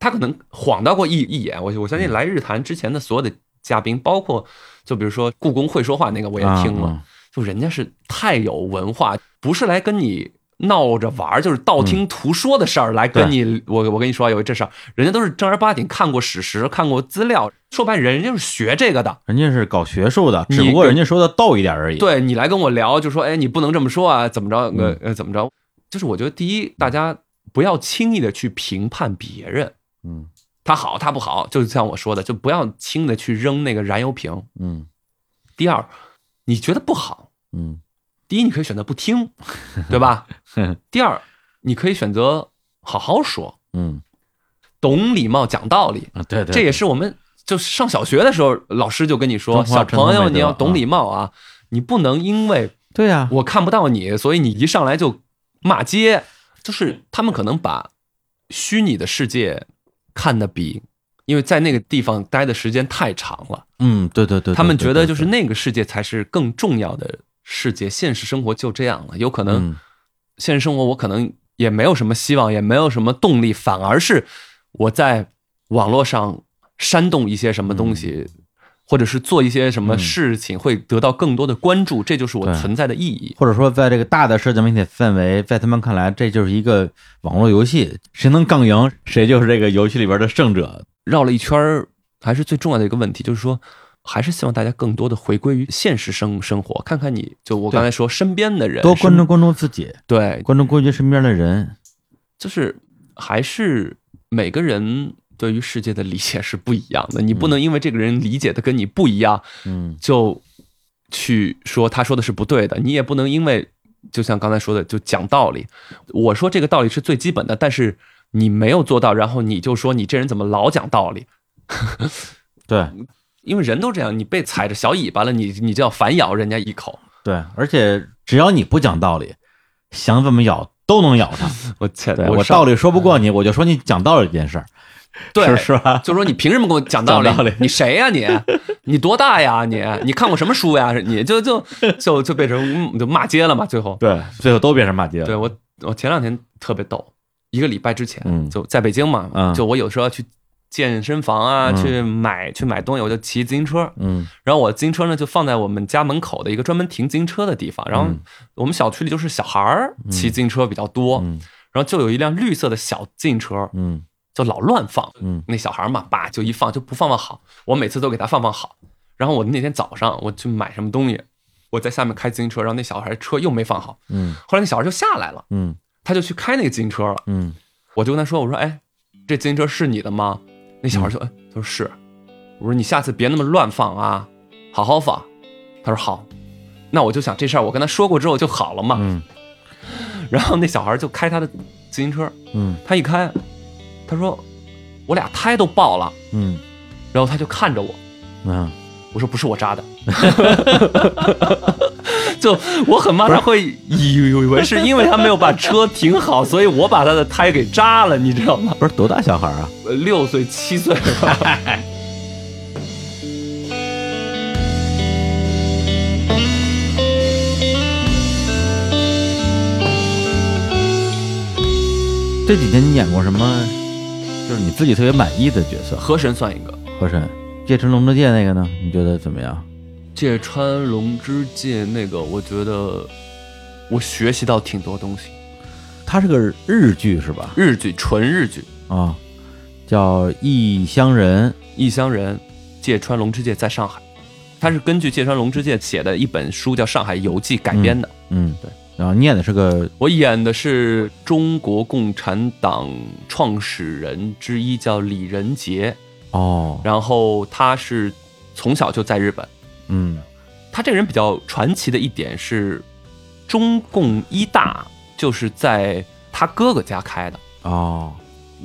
B: 他可能晃到过一一眼。我我相信来日坛之前的所有的嘉宾，包括就比如说故宫会说话那个，我也听了，
C: 啊
B: 就人家是太有文化，不是来跟你。闹着玩儿，就是道听途说的事儿，来跟你、我我跟你说，有这事儿，人家都是正儿八经看过史实，看过资料，说白了，人家就是学这个的，
C: 人家是搞学术的，
B: 你
C: 只不过人家说的逗一点而已。，
B: 对你来跟我聊，就说哎，你不能这么说啊，怎么着？
C: 嗯
B: 呃呃，怎么着？就是我觉得第一，大家不要轻易的去评判别人，
C: 嗯
B: 他好他不好，就像我说的，就不要轻的去扔那个燃油瓶。
C: 嗯
B: 第二，你觉得不好，
C: 嗯
B: 第一你可以选择不 听，对吧？第二，你可以选择好好说，
C: 嗯
B: 懂礼貌，讲道理，
C: 啊，对对，
B: 这也是我们就上小学的时候，老师就跟你说，
C: 中华
B: 小
C: 传统
B: 朋友
C: 美德
B: 你要
C: 啊
B: 懂礼貌啊，你不能因为。
C: 对啊呀，
B: 我看不到你，所以你一上来就骂街，就是他们可能把虚拟的世界看得比，因为在那个地方待的时间太长了，
C: 嗯，对对对，对
B: 他们觉得
C: 对
B: 就是
C: 对
B: 那个世界才是更重要的世界，现实生活就这样了。有可能
C: 嗯
B: 现实生活我可能也没有什么希望，也没有什么动力，反而是我在网络上煽动一些什么东西。
C: 嗯
B: 或者是做一些什么事情会得到更多的关注，这就是我
C: 对
B: 存在的意义。
C: 或者说，在这个大的社交媒体氛围，在他们看来，这就是一个网络游戏，谁能杠赢，谁就是这个游戏里边的胜者。
B: 绕了一圈儿，还是最重要的一个问题，就是说，还是希望大家更多的回归于现实生生活，看看你就我刚才说身边的人，
C: 多关注
B: 身
C: 关注自己，
B: 对，
C: 关注关注身边的人。
B: 就是还是每个人对于世界的理解是不一样的，你不能因为这个人理解的跟你不一样，
C: 嗯
B: 就去说他说的是不对的，你也不能因为就像刚才说的，就讲道理。我说这个道理是最基本的，但是你没有做到，然后你就说你这人怎么老讲道理，
C: 对
B: 因为人都这样，你被踩着小尾巴了，你你就要反咬人家一口。
C: 对，而且只要你不讲道理，想怎么咬都能咬他。
B: 我切，
C: 对我
B: 上
C: 道理说不过你，我就说你讲道理这件事儿，
B: 对
C: 是是吧？
B: 就说你凭什么跟我讲道理？
C: 讲道理
B: 你谁呀、你？你多大呀？你你看过什么书呀？你就就就就被人嗯就骂街了嘛。最后，
C: 对，最后都变成骂街了。
B: 对我我前两天特别逗，一个礼拜之前、
C: 嗯
B: 就在北京嘛，
C: 嗯
B: 就我有时候要去健身房啊，
C: 嗯
B: 去买去买东西，我就骑自行车，
C: 嗯
B: 然后我自行车呢就放在我们家门口的一个专门停自行车的地方。然后
C: 嗯
B: 我们小区里就是小孩儿骑自行车比较多，
C: 嗯
B: 然后就有一辆绿色的小自行车，
C: 嗯
B: 就老乱放。
C: 嗯
B: 那小孩儿嘛，叭就一放就不放放好，我每次都给他放放好。然后我那天早上我去买什么东西，我在下面开自行车，然后那小孩儿车又没放好，
C: 嗯
B: 后来那小孩儿就下来了，
C: 嗯
B: 他就去开那个自行车了。
C: 嗯
B: 我就跟他说：“我说，哎，这自行车是你的吗？”那小孩儿就，哎，他说是。我说你下次别那么乱放啊，好好放。他说好。那我就想这事儿我跟他说过之后就好了嘛。
C: 嗯
B: 然后那小孩儿就开他的自行车，
C: 嗯
B: 他一开，他说我俩胎都爆了，
C: 嗯
B: 然后他就看着我，
C: 嗯，
B: 我说不是我扎的， 就我很怕他会以以为是因为他没有把车停好，所以我把他的胎给扎了，你知道吗？
C: 不是多大小孩啊？
B: 呃 六岁七 岁吧，
C: 这几天你演过什么？就是你自己特别满意的角色？
B: 河神算一个，
C: 和珅，芥川龙之介那个呢？你觉得怎么样？
B: 芥川龙之介那个，我觉得我学习到挺多东西。
C: 它是个日剧是吧？
B: 日剧，纯日剧，《
C: 啊、叫《异乡人》。
B: 异乡人》，芥川龙之介在上海，他是根据芥川龙之介写的一本书叫《上海游记》改编的。
C: 嗯，
B: 对。
C: 然后念的是个
B: 我演的是中国共产党创始人之一，叫李仁杰，
C: 哦，
B: 然后他是从小就在日本。
C: 嗯
B: 他这个人比较传奇的一点是，中共一大就是在他哥哥家开的。
C: 哦，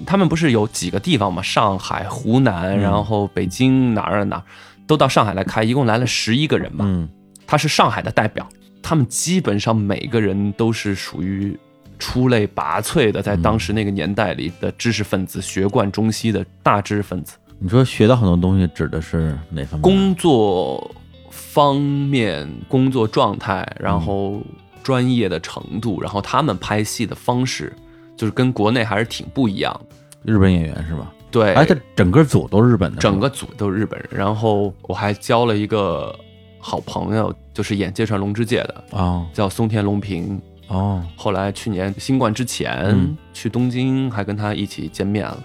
B: 他们不是有几个地方嘛？上海、湖南，
C: 嗯
B: 然后北京哪儿啊哪儿，都到上海来开，一共来了十一个人嘛。
C: 嗯
B: 他是上海的代表，他们基本上每个人都是属于出类拔萃的，在当时那个年代里的知识分子，学贯中西的大知识分子。
C: 你说学到很多东西指的是哪方面？
B: 工作方面、工作状态，然后专业的程度，然后他们拍戏的方式，就是跟国内还是挺不一样的。
C: 日本演员是吧？
B: 对，
C: 哎，这整个组都是日本的，
B: 整个组都是日本人。然后我还交了一个好朋友，就是演芥川龙之介的，
C: 哦
B: 叫松田龙平。
C: 哦，
B: 后来去年新冠之前、
C: 嗯
B: 去东京，还跟他一起见面了。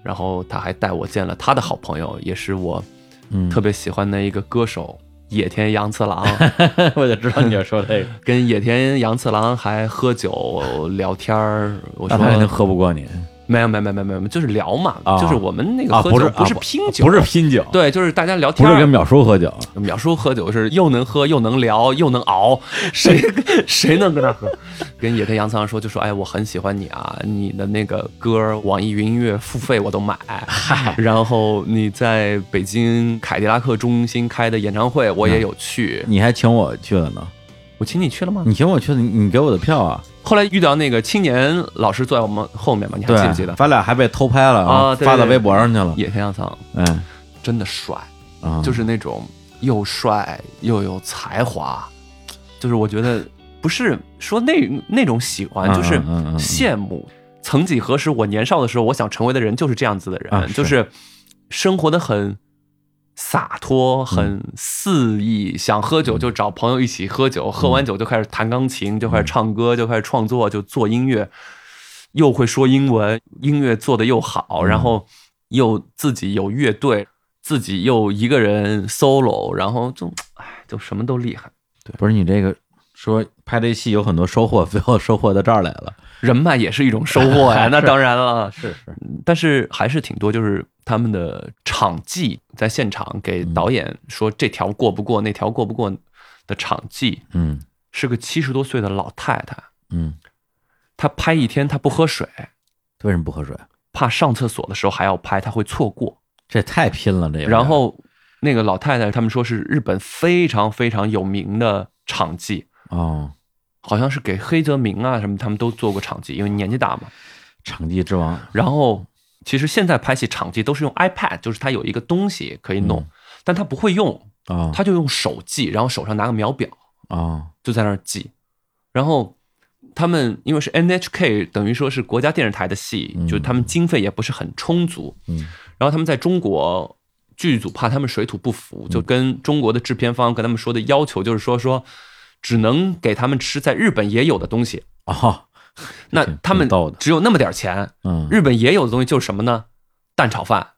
B: 然后他还带我见了他的好朋友，也是我
C: 嗯，
B: 特别喜欢的一个歌手、野田洋次 郎。
C: 我就知道你要说这个，
B: 跟野田洋次郎还喝酒聊天儿。我
C: 那
B: 说
C: 啊他肯定喝不过你
B: 没有没有没有没有没有，就是聊嘛，
C: 啊
B: 就是我们那个
C: 啊，
B: 喝
C: 不
B: 酒
C: 是
B: 不是
C: 啊
B: 拼酒，
C: 不是拼酒，，
B: 对，就是大家聊
C: 不
B: 天
C: 是
B: 儿。
C: 跟淼叔喝酒，
B: 淼叔喝酒是又能喝又能聊又能熬，谁谁能跟他喝？跟野田洋次郎说，就说哎，我很喜欢你啊，你的那个歌儿，网易云音乐付费我都买。然后你在北京凯迪拉克中心开的演唱会我也有去，
C: 你还请我去了呢，
B: 我请你去了吗？
C: 你请我去了，你你给我的票啊，
B: 后来遇到那个青年老师坐在我们后面嘛，你还
C: 对
B: 记不记得？
C: 咱俩还被偷拍了
B: 啊对
C: 发到微博上去了，
B: 野田洋次郎
C: 嗯
B: 真的帅，
C: 啊，
B: 就是那种又帅又有才华，就是我觉得不是说那那种喜欢，
C: 嗯
B: 就是
C: 嗯嗯嗯嗯
B: 羡慕。曾几何时，我年少的时候，我想成为的人就是这样子的人，
C: 啊是
B: 就是生活的很洒脱，很
C: 嗯
B: 肆意，想喝酒就找朋友一起喝酒，喝完
C: 嗯
B: 酒就开始弹钢琴，就开始唱歌，就开始创作，就做音乐，又会说英文，音乐做的又好，然后又自己有乐队，自己又一个人 solo，然后就哎，就什么都厉害，
C: 不是你这个说拍这戏有很多收获，最 后收获到这儿来了，
B: 人脉也是一种收获呀、那当然了，
C: 是是，
B: 但是还是挺多，就是他们的场记在现场给导演说这条过不过，那条过不过的场记，
C: 嗯
B: 是个七十多岁的老太太，
C: 嗯，
B: 她拍一天她不喝水，
C: 为什么不喝水？
B: 怕上厕所的时候还要拍，她会错过。
C: 这也太拼了，这个。
B: 然后那个老太太他们说是日本非常非常有名的场记，
C: 哦，
B: 好像是给黑泽明啊什么他们都做过场记，因为年纪大嘛。
C: 场地之王，
B: 然后其实现在拍戏场记都是用 iPad，就是它有一个东西可以弄，
C: 嗯
B: 但他不会用，
C: 哦
B: 他就用手记，然后手上拿个秒表
C: 哦，
B: 就在那儿记。然后他们因为是 NHK，等于说是国家电视台的戏，
C: 嗯
B: 就他们经费也不是很充足，
C: 嗯
B: 然后他们在中国。剧组怕他们水土不服，
C: 嗯
B: 就跟中国的制片方跟他们说的要求就是说说，只能给他们吃在日本也有的东西。
C: 哦，
B: 那
C: 挺
B: 他们
C: 挺逗的
B: 只有那么点儿钱，
C: 嗯，
B: 日本也有的东西就是什么呢？蛋炒 饭。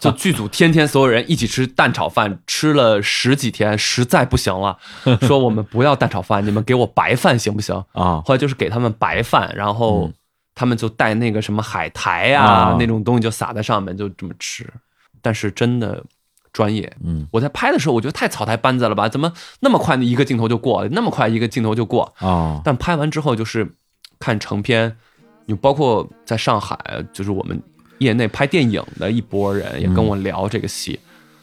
B: 就剧组天天所有人一起吃蛋炒饭，吃了十几天，实在不行 了，说我们不要蛋炒饭，你们给我白饭行不行？
C: 啊
B: 后来就是给他们白饭，然后
C: 嗯
B: 他们就带那个什么海苔呀、
C: 啊
B: 那种东西就撒在上面，就这么吃。但是真的专业，
C: 嗯
B: 我在拍的时候我觉得太草台班子了吧？怎么那么快的一个镜头就过，那么快一个镜头就过？
C: 哦，
B: 但拍完之后就是看成片，你包括在上海，就是我们业内拍电影的一波人也跟我聊这个戏，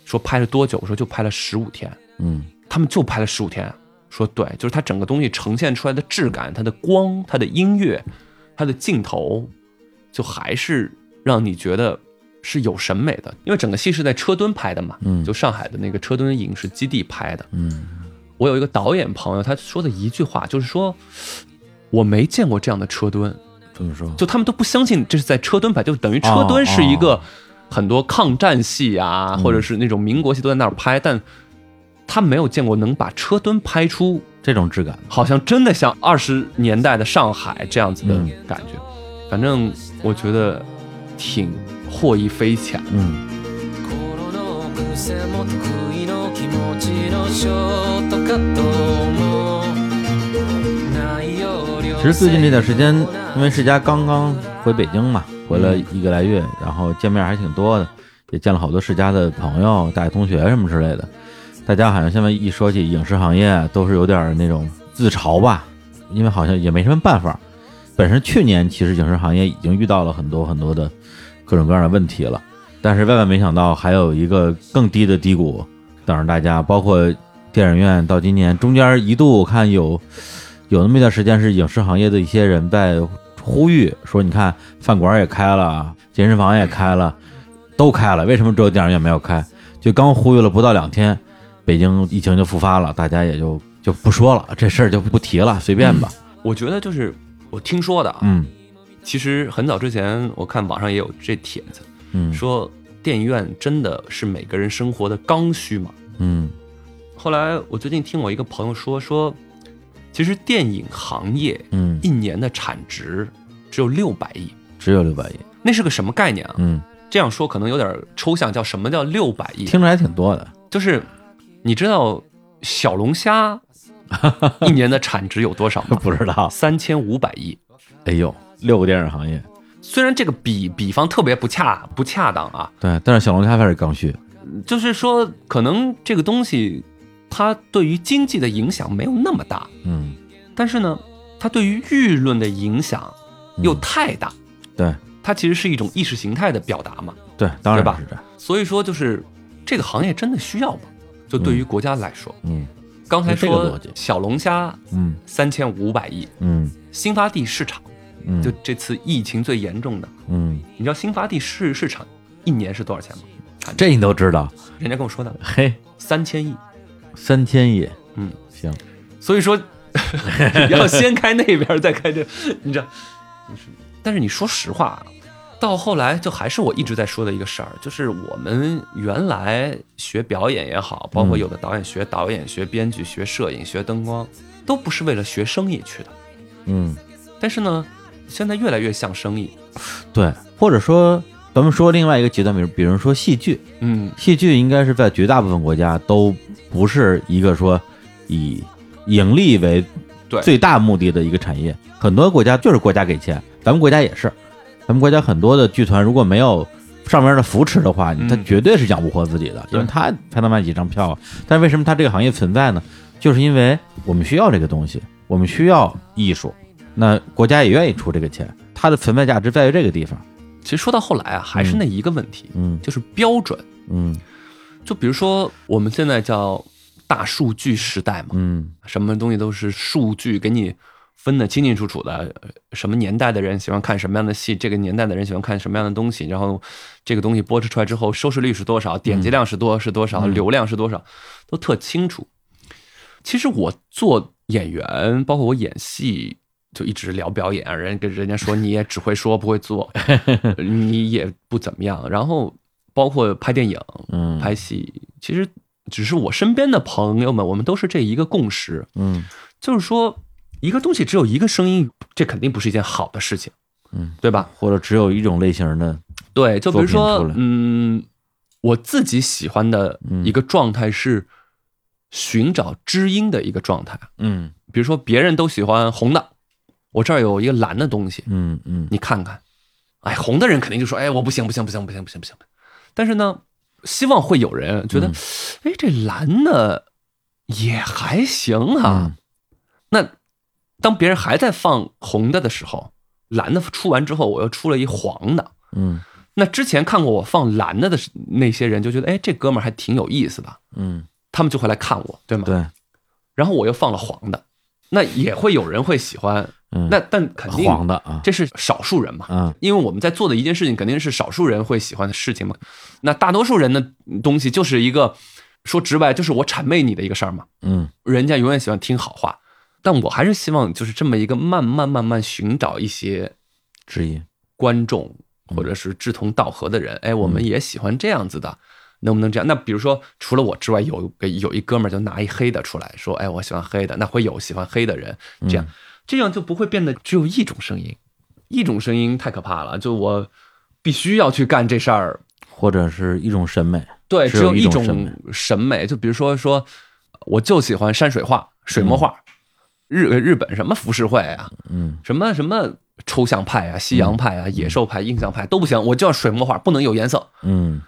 B: 说拍了多久？我说就拍了十五天，
C: 嗯
B: 他们就拍了十五天。说对，就是它整个东西呈现出来的质感，它的光、它的音乐、它的镜头，就还是让你觉得是有审美的。因为整个戏是在车墩拍的嘛，
C: 嗯
B: 就上海的那个车墩影视基地拍的。
C: 嗯，
B: 我有一个导演朋友，他说的一句话就是说，我没见过这样的车墩，
C: 这么说，
B: 就他们都不相信这是在车墩拍，就等于车
C: 哦嗯
B: 墩是一个很多抗战戏啊，或者是那种民国戏都在那儿拍，但他没有见过能把车墩拍出
C: 这种质感，
B: 好像真的像二十年代的上海这样子的
C: 嗯
B: 感觉。反正我觉得挺获益匪浅。
C: 嗯，
A: 心の奥背も得意の気持ちのショートカットも内容量
C: 其实最近这段时间，因为世嘉刚刚回北京嘛，回了一个来月，然后见面还挺多的，也见了好多世嘉的朋友、大学同学什么之类的。大家好像现在一说起影视行业，都是有点儿那种自嘲吧，因为好像也没什么办法。本身去年其实影视行业已经遇到了很多很多的各种各样的问题了，但是万万没想到还有一个更低的低谷等着大家，包括电影院到今年中间一度我看有有那么一段时间是影视行业的一些人在呼吁说，你看饭馆也开了，健身房也开了，都开了，为什么只有电影院没有开？就刚呼吁了不到两天，北京疫情就复发了，大家也就就不说了，这事儿就不提了，随便吧。
B: 我觉得就是我听说的啊，
C: 嗯
B: 其实很早之前我看网上也有这帖子，
C: 嗯
B: 说电影院真的是每个人生活的刚需嘛。
C: 嗯
B: 后来我最近听我一个朋友说，说其实电影行业
C: 嗯，
B: 一年的产值只有六百亿，
C: 只有六百亿。
B: 那是个什么概念啊？
C: 嗯，
B: 这样说可能有点抽象，叫什么叫六百亿？
C: 听着还挺多的。
B: 就是你知道小龙虾一年的产值有多少 吗？
C: 不知道
B: 三千五百亿。
C: 哎呦，六个电影行业。
B: 虽然这个比比方特别不恰不恰当啊，
C: 对，但是小龙虾还是刚需。
B: 就是说，可能这个东西它对于经济的影响没有那么大，
C: 嗯，
B: 但是呢，它对于舆论的影响又太大。
C: 对
B: 它其实是一种意识形态的表达嘛，
C: 对，当
B: 对吧
C: 然是这样。
B: 所以说就是这个行业真的需要吗？就对于国家来说，
C: 嗯
B: 刚才
C: 这个
B: 说
C: 逻辑
B: 小龙虾
C: 嗯
B: 三千五百亿，
C: 嗯
B: 新发地市场
C: 嗯，
B: 就这次疫情最严重的，
C: 嗯，
B: 你知道新发地市市场一年是多少钱吗？产值
C: 这你都知道。
B: 人家跟我说的
C: 嘿，
B: 三千亿，
C: 三千亿。
B: 嗯，
C: 行，
B: 所以说 要先开那边儿，再开这，你知道。但是你说实话啊，到后来就还是我一直在说的一个事儿，就是我们原来学表演也好，包括有的导演学导演、学编剧、学摄影、学灯光，都不是为了学生意去的。
C: 嗯，
B: 但是呢，现在越来越像生意。
C: 对，或者说咱们说另外一个极端，比如比如说戏剧，
B: 嗯，
C: 戏剧应该是在绝大部分国家都不是一个说以盈利为
B: 对
C: 最大目的的一个产业，很多国家就是国家给钱，咱们国家也是，咱们国家很多的剧团如果没有。上面的扶持的话，
B: 嗯
C: 他绝对是养不活自己的，因为
B: 对
C: 他才能卖几张票啊。但为什么他这个行业存在呢？就是因为我们需要这个东西，我们需要艺术，那国家也愿意出这个钱，它的存在价值在于这个地方。
B: 其实说到后来啊，还是那一个问题，
C: 嗯
B: 就是标准。
C: 嗯
B: 就比如说我们现在叫大数据时代嘛，
C: 嗯
B: 什么东西都是数据给你分得清清楚楚的，呃什么年代的人喜欢看什么样的戏，这个年代的人喜欢看什么样的东西，然后这个东西播出出来之后，收视率是多少，点击量是多是多少，流量是多少，都特清楚。其实我做演员，包括我演戏。就一直聊表演，人跟人家说你也只会说不会做，你也不怎么样。然后包括拍电影，
C: 嗯
B: 拍戏，其实只是我身边的朋友们，我们都是这一个共识，
C: 嗯
B: 就是说一个东西只有一个声音，这肯定不是一件好的事情，
C: 嗯，
B: 对吧？
C: 或者只有一种类型的，
B: 对，就比如
C: 作
B: 说
C: 品出来，嗯
B: 嗯，我自己喜欢的一个状态是寻找知音的一个状态，
C: 嗯
B: 比如说别人都喜欢红的，我这儿有一个蓝的东西，
C: 嗯嗯
B: 你看看，哎，红的人肯定就说，哎，我不行，不行，不行，不行，不行，不行。但是呢，希望会有人觉得，
C: 嗯
B: 哎，这蓝的也还行啊。
C: 嗯
B: 那当别人还在放红的的时候，蓝的出完之后，我又出了一黄的。
C: 嗯
B: 那之前看过我放蓝的的是那些人就觉得，哎，这哥们儿还挺有意思的，
C: 嗯，
B: 他们就会来看我，对吗？
C: 对，
B: 然后我又放了黄的，那也会有人会喜欢。
C: 嗯，
B: 那但肯定
C: 黄的啊，
B: 这是少数人嘛。
C: 啊，
B: 因为我们在做的一件事情，肯定是少数人会喜欢的事情嘛。那大多数人的东西就是一个说直白，就是我谄媚你的一个事儿嘛。
C: 嗯
B: 人家永远喜欢听好话，但我还是希望就是这么一个慢慢慢慢寻找一些
C: 之一，
B: 观众或者是志同道合的人，哎，我们也喜欢这样子的，能不能这样？那比如说，除了我之外，有个有一哥们儿就拿一黑的出来说，哎，我喜欢黑的，那会有喜欢黑的人，这样这样就不会变得只有一种声音，一种声音太可怕了，就我必须要去干这事儿，
C: 或者是一种审美，
B: 对，
C: 只
B: 只有
C: 有一
B: 一
C: 种审
B: 种审美。就比如说说，我就喜欢山水画、水墨画，日日本什么浮世绘啊，
C: 嗯，
B: 什么什么抽象派啊、西洋派啊、野兽派、印象派都不行，我就要水墨画，不能有颜色。
C: 嗯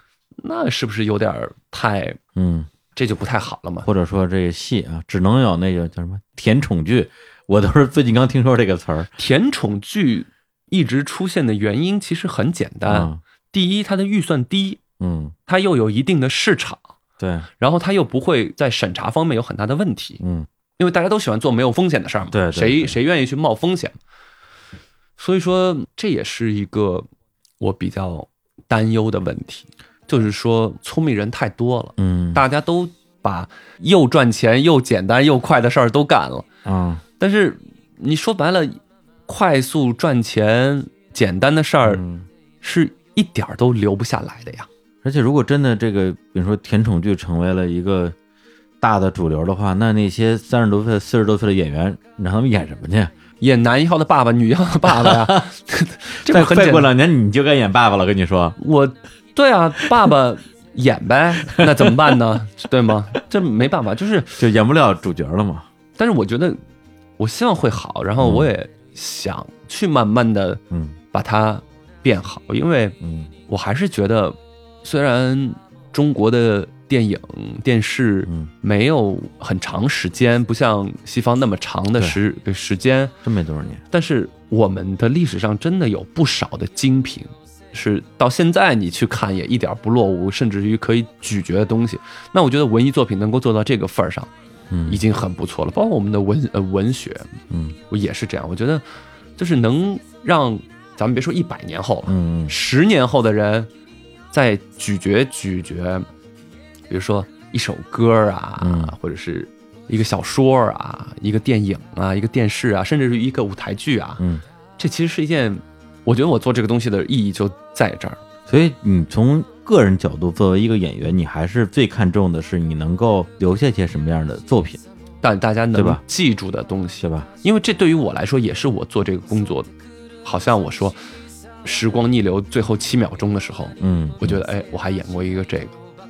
B: 那是不是有点儿太，
C: 嗯，
B: 这就不太好了嘛？
C: 或者说这个戏啊，只能有那个叫什么甜宠剧，我都是最近刚听说这个词儿
B: 甜宠剧一直出现的原因其实很简单，
C: 啊，
B: 第一，它的预算低，
C: 嗯，
B: 它又有一定的市场，
C: 对，
B: 然后它又不会在审查方面有很大的问题。
C: 嗯
B: 因为大家都喜欢做没有风险的事儿嘛，
C: 对对对
B: 谁谁愿意去冒风险？所以说，这也是一个我比较担忧的问题，就是说聪明人太多了，
C: 嗯，
B: 大家都把又赚钱又简单又快的事儿都干了，
C: 啊，
B: 但是你说白了，快速赚钱、简单的事儿
C: 嗯
B: 是一点儿都留不下来的呀。
C: 而且如果真的这个，比如说甜宠剧成为了一个大的主流的话，那那些三十多岁、四十多岁的演员，你让他们演什么去？
B: 演男一号的爸爸、女一号的爸爸呀， 这不
C: 再
B: 很
C: 再
B: 简
C: 过
B: 单
C: 两年你就该演爸爸了，跟你说，
B: 我，对啊，爸爸演呗，那怎么办呢？对吗？这没办法，就是，
C: 就演不了主角了嘛。
B: 但是我觉得，我希望会好，然后我也想去慢慢的
C: 嗯
B: 把它变好，因为
C: 嗯
B: 我还是觉得，虽然中国的电影、电视
C: 嗯，
B: 没有很长时间，不像西方那么长的
C: 对
B: 时时间，
C: 真没多少年。
B: 但是我们的历史上真的有不少的精品，是到现在你去看也一点不落伍，甚至于可以咀嚼的东西。那我觉得文艺作品能够做到这个份儿上，
C: 嗯
B: 已经很不错了。包括我们的文呃文学，
C: 嗯
B: 我也是这样。我觉得就是能让咱们别说一百年后了，
C: 嗯
B: 十年后的人在咀嚼咀嚼，比如说一首歌啊，
C: 嗯
B: 或者是一个小说啊，一个电影啊，一个电视啊，甚至是一个舞台剧啊，
C: 嗯，
B: 这其实是一件，我觉得我做这个东西的意义就在这儿。
C: 所以你从个人角度，作为一个演员，你还是最看重的是你能够留下些什么样的作品，
B: 但大家
C: 对
B: 能
C: 吧
B: 记住的东西
C: 对，吧？
B: 因为这对于我来说也是我做这个工作，好像我说时光逆流最后七秒钟的时候，
C: 嗯，
B: 我觉得哎，我还演过一个这个，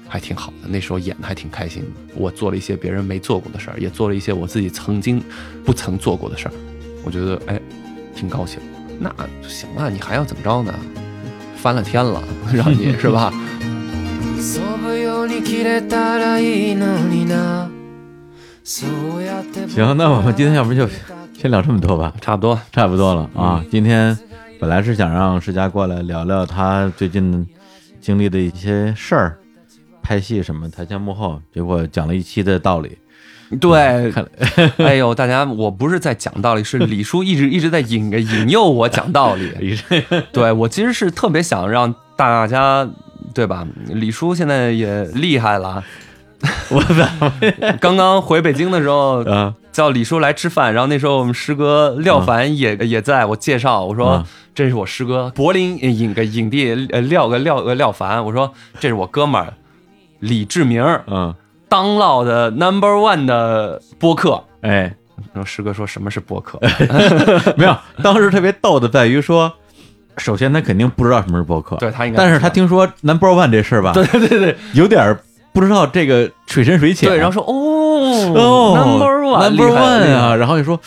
B: 还挺好的。那时候演的还挺开心的。我做了一些别人没做过的事儿，也做了一些我自己曾经不曾做过的事儿。我觉得哎，挺高兴。那就行了，你还要怎么着呢？翻了天了， 让你是 吧？
A: 遊ぶように切れたらいいのになそうやって
C: 行，那我们今天要不就嗯先聊这么多吧。
B: 差不多。
C: 差不多了啊。
B: 嗯
C: 今天本来是想让世佳过来聊聊他最近经历的一些事儿，拍戏什么，台前幕后，结果讲了一期的 道理。
B: 对
C: 看，
B: 哎呦，大家，我不是在讲道理，是李叔一直一直在引引诱我讲道理。对我其实是特别想让大家，对吧？李叔现在也厉害了。啊
C: 我操
B: 刚刚回北京的时候，
C: 啊！
B: 叫李叔来吃饭，然后那时候我们师哥廖凡也、也在，我介绍我说、
C: 嗯
B: 这是我师哥柏林影个影帝呃廖个廖个廖凡，我说这是我哥们儿李志明，
C: 嗯，
B: 当烙的 number one 的播客。
C: 哎，
B: 然后师哥说什么是播客？
C: 没有，当时特别逗的在于说，首先他肯定不知道什么是播客，
B: 对他应该不知道，
C: 但是他听说 number one 这事儿吧，
B: 对对对对
C: 有点儿不知道这个水深水浅。
B: 对，然后说哦
C: 啊哦
B: number one
C: number
B: 厉害
C: one
B: 厉
C: 啊，
B: 害
C: 然后就说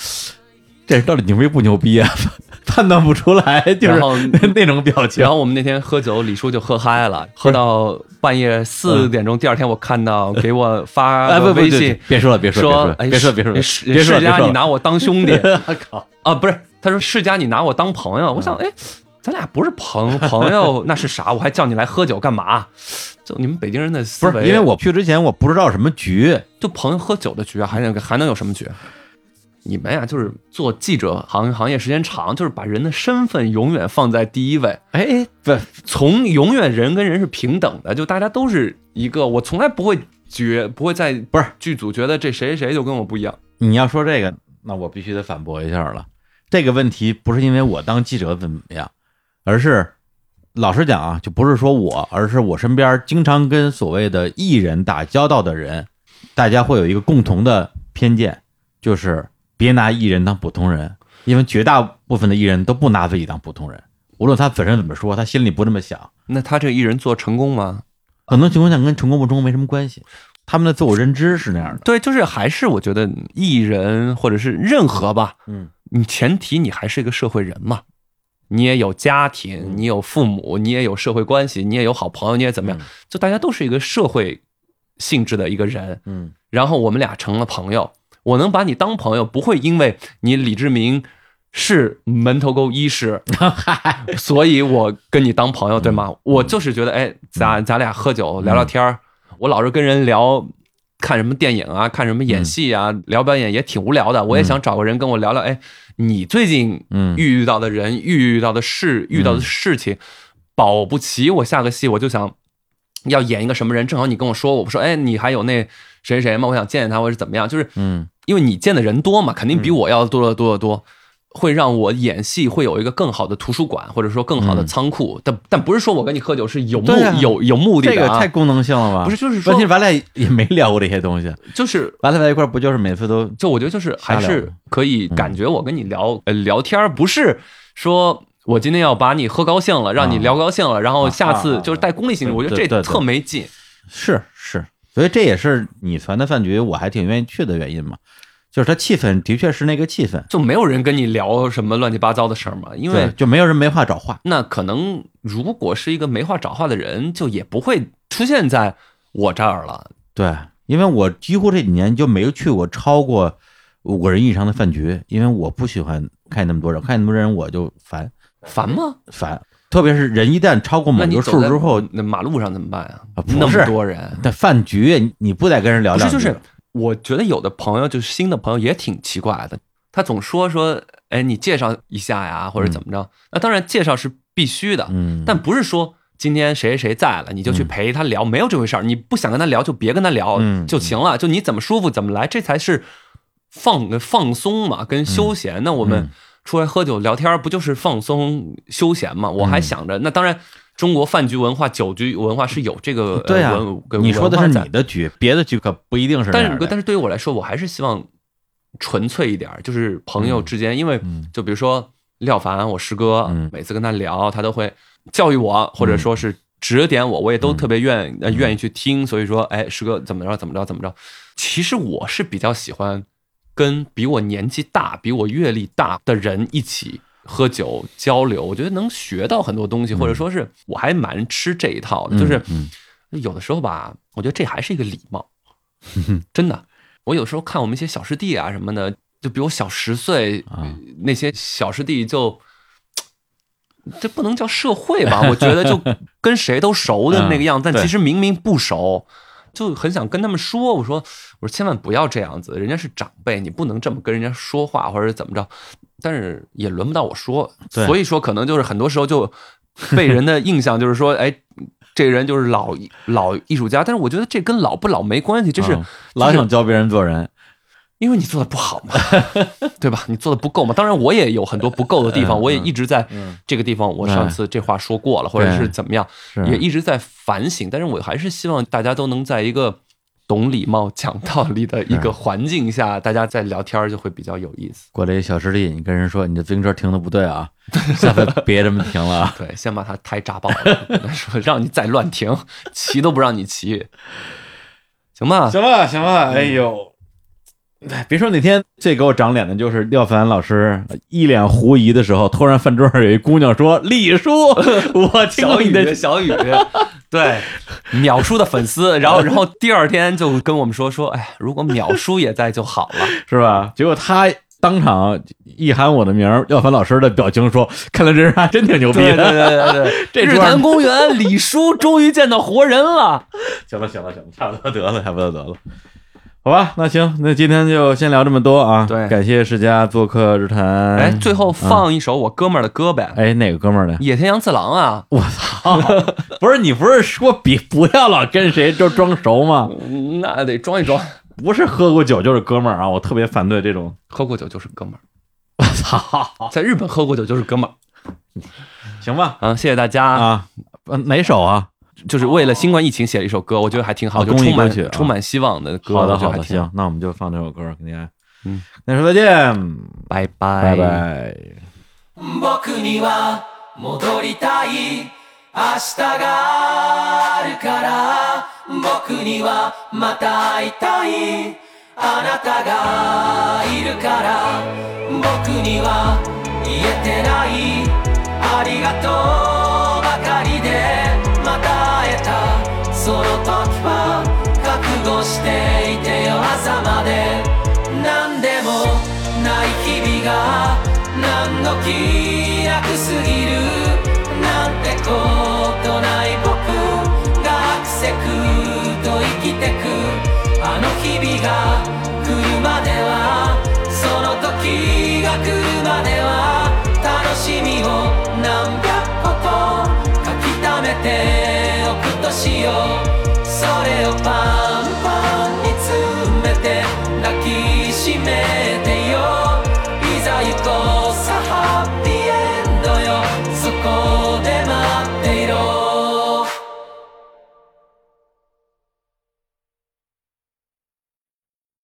C: 这到底牛逼不牛逼啊？ 判断不出来，就是
B: 然后
C: 那种表情
B: 然。后我们那天喝酒，李叔就喝嗨了，喝到半夜四点钟。第二天我看 到给我发
C: 嗯哎，不
B: 个
C: 不，
B: 微
C: 对
B: 信
C: 对，别说了，别说
B: 说
C: 了，：“
B: 哎，
C: 别说了，别说了，别
B: 世
C: 说了，别说
B: 世
C: 了，别
B: 家
C: 说
B: 你
C: 了。
B: 拿我当兄弟
C: 我靠，嗯
B: 啊？不是，他说世家你拿我当朋友。我想，哎，咱俩不是朋朋友，那是啥？我还叫你来喝酒干嘛？就你们北京人的思
C: 不
B: 维，
C: 是因为我去之前我不知道什么局，
B: 就朋友喝酒的局啊，还能还能有什么局？你们呀，就是做记者行行业时间长，就是把人的身份永远放在第一位。
C: 哎哎，不，
B: 从永远人跟人是平等的，就大家都是一个，我从来不会觉不会在不是剧组觉得这谁谁谁就跟我不一样，
C: 你要说这个，那我必须得反驳一下了。这个问题不是因为我当记者怎么样，而是老实讲啊，就不是说我，而是我身边经常跟所谓的艺人打交道的人，大家会有一个共同的偏见，就是别拿艺人当普通人，因为绝大部分的艺人都不拿自己当普通人，无论他本身怎么说，他心里不这么想，
B: 那他这个艺人做成功吗？
C: 很多情况下跟成功不成功没什么关系，他们的自我认知是那样的。
B: 对，就是还是我觉得艺人或者是任何吧，
C: 嗯，
B: 你前提你还是一个社会人嘛，你也有家
C: 嗯
B: 庭，你有父母，你也有社会关系，你也有好朋友，你也怎么样
C: 嗯，
B: 就大家都是一个社会性质的一个人。
C: 嗯
B: 然后我们俩成了朋友，我能把你当朋友，不会因为你李志明。是门头沟医 师，所以我跟你当朋友，对
C: 嗯
B: 吗？我就是觉得，哎，咱咱俩喝酒聊聊天儿，我老是跟人聊看什么电影啊，看什么演戏啊，
C: 嗯
B: 聊表演也挺无聊的。我也想找个人跟我聊聊，哎，你最近
C: 嗯
B: 遇到的人、遇到的事、遇到的事情，保不齐我下个戏我就想要演一个什么人，正好你跟我说，我不说，哎，你还有那谁谁吗？我想见见他，或者怎么样，就是
C: 嗯
B: 因为你见的人多嘛，肯定比我要多得多得多。会让我演戏会有一个更好的图书馆，或者说更好的仓库，但但不是说我跟你喝酒是有目、
C: 嗯对啊
B: 有有目的
C: 这
B: 的、
C: 个
B: 啊，
C: 太功能性了吧？
B: 不是，就是说
C: 问题，咱俩也没聊过这些东西，
B: 就是
C: 咱俩在一块儿不就是每次都
B: 就我觉得就是还
C: 瞎聊嗯
B: 是可以感觉我跟你聊呃聊天儿，不是说我今天要把你喝高兴了，让你聊高兴了，然后下次就是带功利性质，
C: 啊啊啊啊
B: 我觉得
C: 对对
B: 这
C: 对
B: 特没劲。
C: 是是，所以这也是你团的饭局我还挺愿意去的原因嘛，就是它气氛的确是那个气氛，
B: 就没有人跟你聊什么乱七八糟的事儿嘛，因
C: 对
B: 为
C: 就没有人没话找话，
B: 那可能如果是一个没话找话的人，就也不会出现在我这儿了。
C: 对，因为我几乎这几年就没有去过超过五个人以上的饭局，因为我不喜欢看见那么多人，看见那么多人我就烦
B: 烦吗？
C: 烦，特别是人一旦超过某
B: 那你
C: 个
B: 走
C: 数
B: 在
C: 之后，
B: 那马路上怎么办啊
C: 啊？不
B: 那么
C: 是
B: 多人，
C: 那饭局你你不得跟人聊
B: 不
C: 聊，
B: 是，就是我觉得有的朋友就是新的朋友也挺奇怪的，他总说说，哎，你介绍一下呀，或者怎么着？那当然介绍是必须的，
C: 嗯，
B: 但不是说今天谁谁谁在了，你就去陪他聊，没有这回事儿。你不想跟他聊就别跟他聊
C: 嗯
B: 就行了，就你怎么舒服怎么来，这才是放放松嘛，跟休闲。那我们
C: 嗯
B: 出来喝酒聊天儿，不就是放松休闲嘛？我
C: 嗯
B: 还想着，那当然。中国饭局文化、酒局文化是有这个呃
C: 对啊
B: 文文
C: 你说的
B: 文
C: 是
B: 化在
C: 你的局，别的局可不一定是那
B: 但是
C: 样的，
B: 但是对于我来说，我还是希望纯粹一点儿，就是朋友之间，因为
C: 嗯
B: 就比如说廖凡，我师哥，
C: 嗯
B: 每次跟他聊，他都会教育我，或者说是指点我，我也
C: 嗯
B: 都特别愿呃愿意去听。所以说，哎，师哥怎么着怎么着怎么着，其实我是比较喜欢跟比我年纪大、比我阅历大的人一起。喝酒交流，我觉得能学到很多东西，或者说是我还蛮吃这一套的，
C: 嗯
B: 就是
C: 嗯
B: 有的时候吧，我觉得这还是一个礼貌，
C: 嗯
B: 真的。我有时候看我们一些小师弟啊什么的，就比我小十岁，
C: 啊
B: 那些小师弟就，这不能叫社会吧？我觉得 就跟谁都熟的那个样子，
C: 嗯
B: 但
C: 对
B: 其实明明不熟，就很想跟他们说，我说我说千万不要这样子，人家是长辈，你不能这么跟人家说话或者怎么着。但是也轮不到我说，
C: 对
B: 所以说可能就是很多时候就被人的印象就是说，哎，这个人就是老老艺术家，但是我觉得这跟老不老没关系，这是
C: 啊老想教别人做人，
B: 因为你做的不好 嘛，对吧？你做的不够嘛。当然，我也有很多不够的地 方，
C: 嗯
B: 我也一直在这个地方，我上次这话说过了，或者是怎么样，
C: 是啊
B: 也一直在反省。但是我还是希望大家都能在一个懂礼貌、讲道理的一个环境下，大家在聊天儿就会比较有意思。
C: 过来一小师弟，你跟人说你的自行车停的不对 啊，下次别这么停了啊。
B: 对，先把他胎扎爆了， 跟他说让你再乱停，骑都不让你骑，行吧？
C: 行吧，行吧，哎呦，哎别说哪天最给我长脸的就是廖凡老师呃一脸狐疑的时候，突然饭桌上有一姑娘说：“李 叔，我听
B: 小
C: 了你
B: 雨，
C: 的。
B: 小雨， 对，淼叔的粉丝，然后然后第二天就跟我们说说，哎，如果淼叔也在就好了。”
C: 是吧？结果他当场一喊我的名儿，廖凡老师的表情说：“看来这人还真挺牛逼
B: 对对
C: 的。
B: 对对 对，
C: 这
B: 日
C: 桌儿
B: 坛公园李叔终于见到活人了。
C: 行了，行了，行了，差不多得了，差不多得了。好吧，那行，那今天就先聊这么多啊！
B: 对
C: 感谢世家做客日坛。
B: 哎，最后放一首我哥们儿的歌呗，
C: 哎，哪个哥们儿呢？
B: 野田洋次郎啊，
C: 我操！不是你不是说比不要老跟谁就装熟吗？
B: 嗯那得装一装，
C: 不是喝过酒就是哥们儿啊！我特别反对这种。
B: 喝过酒就是哥们儿，
C: 操！
B: 在日本喝过酒就是哥们儿。
C: 行吧
B: 啊，谢谢大家
C: 啊，呃哪首啊？
B: 就是为了新冠疫情写了一首歌，我觉得还挺好，
C: 啊
B: 就
C: 公益
B: 充满
C: 歌曲啊
B: 充满希望的歌，
C: 好
B: 我
C: 的
B: 觉得
C: 好
B: 还
C: 的，
B: 挺好，
C: 行，那我们就放这首歌给大家，
B: 嗯，
C: 那说再见，
B: 拜拜
C: 拜拜。
D: 僕には戻りたい明日があるから僕にはまた会いたいあなたがいるから僕には言えてないありがとうばかりでまた会えたその時は覚悟していてよ朝まで何でもない日々が何の気なくすぎるなんてことない僕がアクセクと生きてくあの日々が来るまではその時が来るまでは楽しみを何百個と書き溜めておくとしようそれをパン